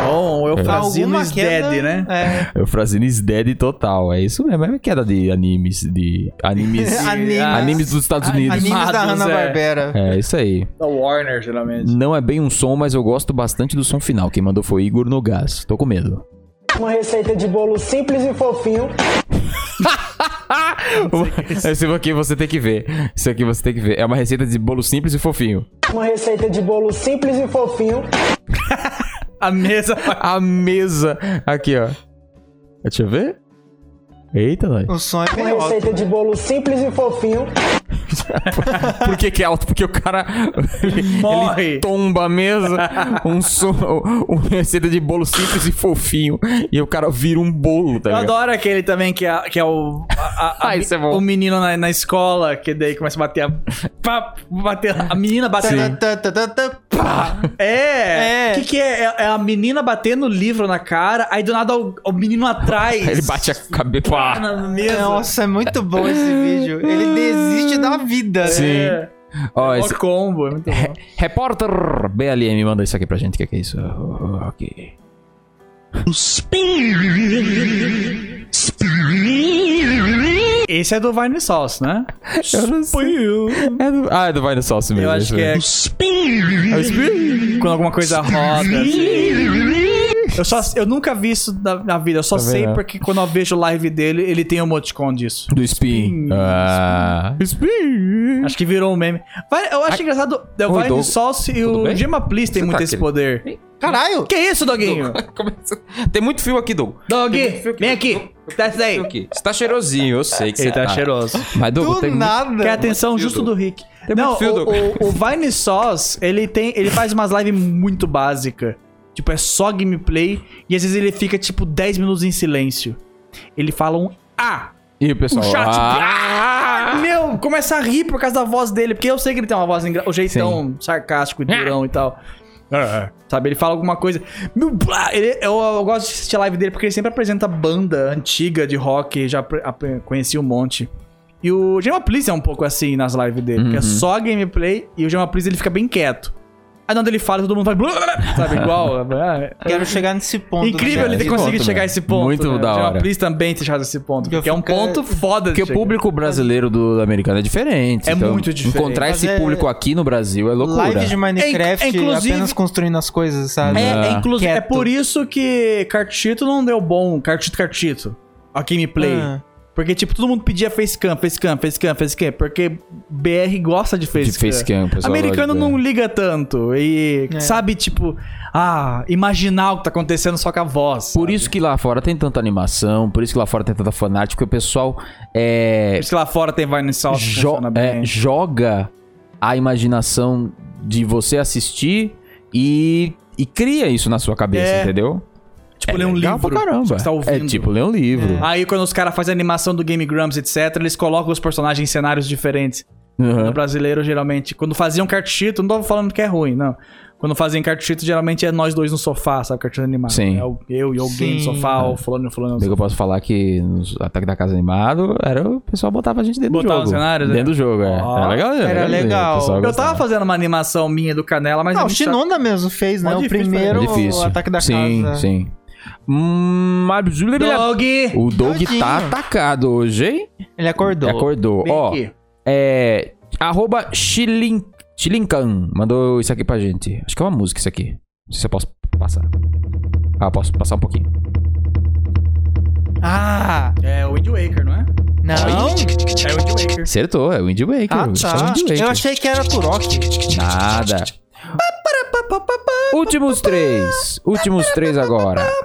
Bom, eu fazia no
Alguma queda,
Tá Dead, né?
É.
Eu frasinho dead total. É isso mesmo. É uma queda de animes. De animes.
Animes.
Ah, animes dos Estados Unidos.
Animes da
Animados,
Hanna-Barbera.
É isso aí.
Da Warner, geralmente.
Não é bem um som, mas eu gosto bastante do som final. Quem mandou foi Igor Nogás. Tô com medo.
Uma receita de bolo simples e fofinho.
Esse aqui você tem que ver. Isso aqui você tem que ver. É uma receita de bolo simples e fofinho.
Uma receita de bolo simples e fofinho.
A mesa.
A mesa. Aqui, ó. Deixa eu ver. Eita, nós.
O som é
Uma
bem alto.
receita de bolo simples e fofinho.
Por que, que é alto? Porque o cara. Ele,
Morre.
ele tomba a mesa. Um som. Uma receita de bolo simples e fofinho. E o cara vira um bolo, tá
Eu
ligado?
adoro aquele também que é, que é o. a- a-
Ah, isso é bom.
O menino na, na escola, que daí começa a bater a. pá, bater a menina batendo.
Tá, tá, tá, tá, tá.
É!
É.
O que, que é? é? é a menina batendo o livro na cara, aí do nada o, o menino atrás.
Ele bate a cabeça.
pá
Pá.
na mesa.
Nossa, é muito bom esse vídeo. Ele desiste da vida. né?
Sim.
É.
Ó,
Ó
esse,
combo, é muito bom.
Repórter BLM manda isso aqui pra gente. O que, que é isso? Oh, ok.
Esse é do Vine Sauce, né?
Eu não sei. É do- ah, é do Vai no Salso mesmo.
Eu acho que é
É o Spear.
quando alguma coisa roda. assim. Eu, só, eu nunca vi isso na, na vida, eu só
Também
sei
não.
porque quando eu vejo live dele, ele tem um emoticon disso.
Do Spin. Ah. Spin.
Acho que virou um meme. Vai- eu acho engraçado. É o
Oi,
Vine
Doug.
Sauce e
Tudo
o
bem?
Gemma Please tem
Você
muito
tá
esse
querido?
poder.
Caralho!
Que isso, Doguinho?
Ah, Tem muito fio aqui, Doug.
Dog,
fio aqui.
vem aqui. Testa daí.
Fio aqui. Você tá cheirosinho, eu sei que
Ele
você
tá cheiroso.
Mas, Doug,
Do
tem
Quer
nada.
atenção
muito fio,
justo
Doug.
do Rick.
Tem
Não,
muito fio, Doug.
o, o, o Vine Sauce, ele tem. Ele faz umas lives muito básicas. Tipo, é só gameplay. E às vezes ele fica, tipo, 10 minutos em silêncio. Ele fala um Ah!
muito... Ih, pessoal.
O chat.
ah,
Ah! Meu, começa a rir por causa da voz dele. Porque eu sei que ele tem uma voz. Engra... O jeitão
Ah.
sarcástico e durão e tal.
É,
Sabe, ele fala alguma coisa. Meu, blá, ele- eu, eu gosto de assistir a live dele porque ele sempre apresenta banda antiga de rock, já apre- apre- conheci um monte. E o Gema Please é um pouco assim nas lives dele,
Uhum.
porque é só gameplay e o Gema Please ele fica bem quieto. Aí quando ele fala, todo mundo faz. blá, blá, blá, Sabe, igual. é- é
Quero chegar nesse ponto.
Incrível
né?
ele ter
Esse
conseguido
ponto,
chegar a
velho.
esse ponto.
Muito
né?
da
O Gema
hora.
Please também ter chegado a esse ponto,
Eu
porque é um
fico-
ponto foda de
Porque o
chegar.
público brasileiro do, do americano é diferente.
É muito diferente.
Encontrar esse
Mas é-
público aqui no Brasil é loucura.
Live de Minecraft,
É, inclusive-
apenas construindo as coisas, sabe?
É,
Ah.
é inclusive, é
Quieto.
por isso que Cartito não deu bom, Cartito Cartito, a gameplay.
Ah.
Porque, tipo, todo mundo pedia facecam, facecam, facecam, facecam, porque BR gosta de facecam.
De facecam, pessoal.
Americano
gosta de-
não liga tanto e
É.
sabe, tipo, ah, imaginar o que tá acontecendo só com a voz.
Por isso que lá fora tem tanta animação, por isso que lá fora tem tanta fanart, porque o pessoal é,
Por isso que lá fora tem Vine Salt,
jo- é, joga a imaginação de você assistir e, e cria isso na sua cabeça,
É.
entendeu? É
tipo, ler um
legal
livro.
pra
só
caramba.
que você tá
é
ouvindo. É.
tipo ler um livro.
Aí quando os caras fazem animação do Game Grumps, etc, eles colocam os personagens em cenários diferentes.
Uhum.
No brasileiro, geralmente, quando faziam cartito, não tô falando que é ruim, não. Quando fazem cartuchito, geralmente é nós dois no sofá, sabe? Cartuchito animado.
Sim. É.
É o- eu e alguém
Sim.
no sofá, o fulano, o fulano.
Bem que eu posso falar que nos Ataque da Casa Animado era o pessoal botava a gente dentro
Botava
do jogo.
os cenários, né?
Dentro do jogo, é.
Ó,
era legal, né?
era
legalzinho,
legal.
o pessoal
Eu
gostava.
tava fazendo uma animação minha do Canela, mas...
Ah,
a
o
gente tá-
Shinonda mesmo fez, né?
Mó
o
difícil,
primeiro
É difícil.
o ataque da
sim,
casa.
Sim, Hum, mas-
é Dog!
O Doug
Tadinho.
tá atacado hoje, hein?
Ele acordou.
Acordou.
Vem
Ó,
aqui.
é. Arroba Chilin, Chilinkan mandou isso aqui pra gente. Acho que é uma música isso aqui. Não sei se eu posso passar. Ah, posso passar um pouquinho.
Ah!
É o Wind Waker, não é?
Não!
É o Wind Waker.
Acertou, é o Wind Waker.
Ah,
Acho que é o
tá.
Wind Waker.
Eu achei que era Turok.
Nada. Últimos três. Últimos três agora.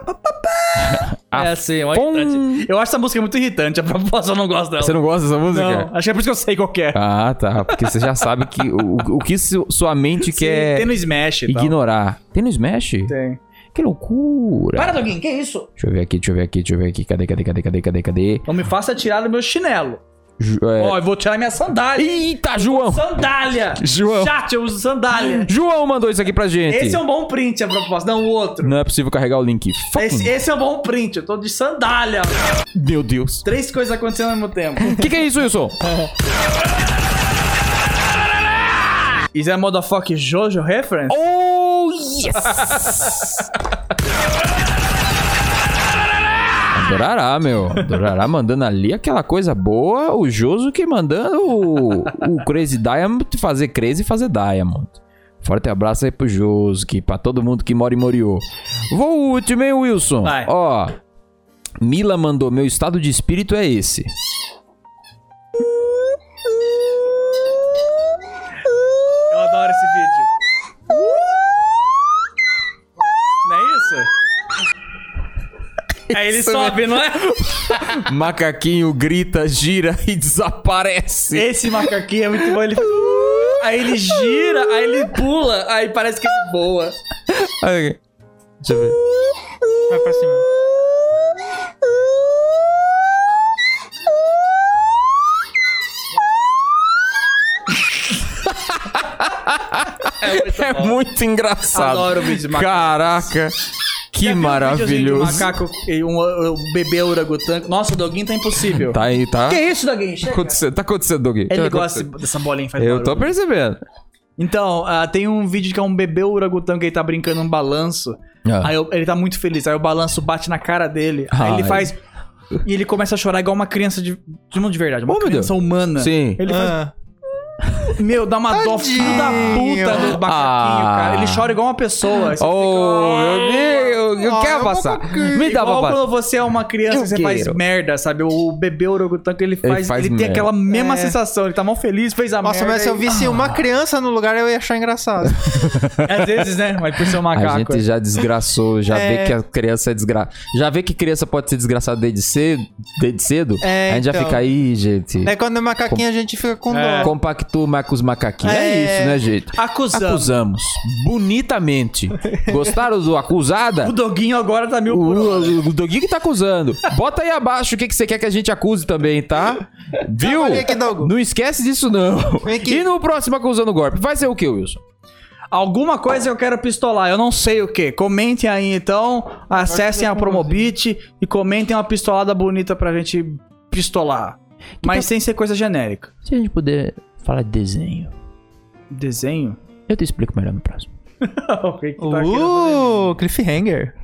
É assim, ó,
Pom-
irritante. Eu acho essa música muito irritante, a proposta eu não gosto dela.
Você não gosta dessa é música?
Não, acho que é por isso que eu sei qual que é.
Ah, tá. Porque você já sabe que o, o que é su- sua mente quer
Tem no Smash e tal.
ignorar. Tem no Smash?
Tem.
Que loucura.
Para, Doguinho, que isso?
Deixa eu ver aqui, deixa eu ver aqui, deixa eu ver aqui. Cadê, cadê, cadê, cadê, cadê, cadê?
Não me faça tirar do meu chinelo.
Ju-
Ó, tá
é-
eu vou tirar minha sandália.
Eita, João!
Sandália!
João.
Chat, eu uso sandália.
João mandou isso aqui pra gente.
Esse é um bom print a proposta, não o outro.
Não é possível carregar o link. Fucking-
Esse, esse é um bom print, eu tô de sandália.
Meu Deus.
Três coisas acontecendo ao mesmo tempo.
O que, que é isso, Wilson?
Is that motherfucker Jojo reference?
Oh, yes! Adorará, meu. Adorará mandando ali aquela coisa boa. O Joso que mandando o, o Crazy Diamond fazer Crazy e fazer Diamond. Forte abraço aí pro Joso, que pra todo mundo que mora em Moriô. Vou o último, hein, Wilson?
Vai.
Ó, Mila mandou: Meu estado de espírito é esse.
Eu adoro esse vídeo. Não é isso? Aí ele sobe, não é?
Macaquinho grita, gira e desaparece.
Esse macaquinho é muito bom. Ele faz... "Uh", Aí ele gira, aí ele pula, aí parece que é ele voa.
Olha aqui. Deixa eu ver.
Vai pra cima.
É muito engraçado.
Adoro o vídeo de macaco.
Caraca, que
Já viu um videozinho de um
maravilhoso.
macaco e um, um bebê orangotango. Nossa, o Doguinho tá impossível.
Tá aí, tá?
Que é isso, Doguinho? Chega.
acontecendo? Tá acontecendo, Doug?
Ele
Tá
gosta
acontecendo.
dessa bolinha faz
Eu tô
barulho.
percebendo.
Então, ah, tem um vídeo que é um bebê orangotango que ele tá brincando um balanço.
Ah.
Aí eu- ele tá muito feliz. Aí o balanço bate na cara dele. Aí ele
Ai.
faz. E ele começa a chorar igual uma criança de. De mundo de verdade, uma
Oh, meu
criança humana.
Sim.
né? Ele faz.
Ah.
Meu, dá uma dó filho da puta do macaquinho,
Ah.
cara. Ele chora igual uma pessoa. Aí você
Oh, meu Deus, eu
Ah,
quero
eu
passar.
vou-
fica,
Me dá pra
igual
passar.
quando você é uma criança
Eu
e você faz
quero.
merda, sabe? O bebê orangotango, ele faz. Ele,
faz
tem
merda.
aquela mesma sensação. Ele tá mal feliz, fez a
Nossa,
merda.
mas se eu
e-
visse uma criança no lugar, eu ia achar engraçado.
Às vezes, né? Mas por ser um
A
macaco.
gente já desgraçou, já
É.
vê que a criança é desgraçada. Já vê que criança pode ser desgraçada desde cedo. Desde cedo
É,
a gente já
então.
fica aí, gente.
Daí quando é macaquinho, a gente fica com
É.
dó.
Compactua mais com os macaquinhos. é
É.
isso, né, gente?
Acusando.
Acusamos. Bonitamente. Gostaram do acusada?
O doguinho agora tá mil
O,
por hora.
o, o Doguinho que tá acusando. Bota aí abaixo o que, que você quer que a gente acuse também, tá? Viu?
Olha aqui, Dogo.
Não esquece disso, não.
Vem aqui.
E no próximo acusando o golpe? Vai ser o que, Wilson?
Alguma coisa eu quero pistolar, eu não sei o que. Comentem aí então, acessem a Promobit e comentem uma pistolada bonita pra gente pistolar. Mas sem ser coisa genérica.
Se a gente puder falar de desenho,
Desenho?
eu te explico melhor no próximo.
O que que tá querendo fazer?
Uh, cliffhanger.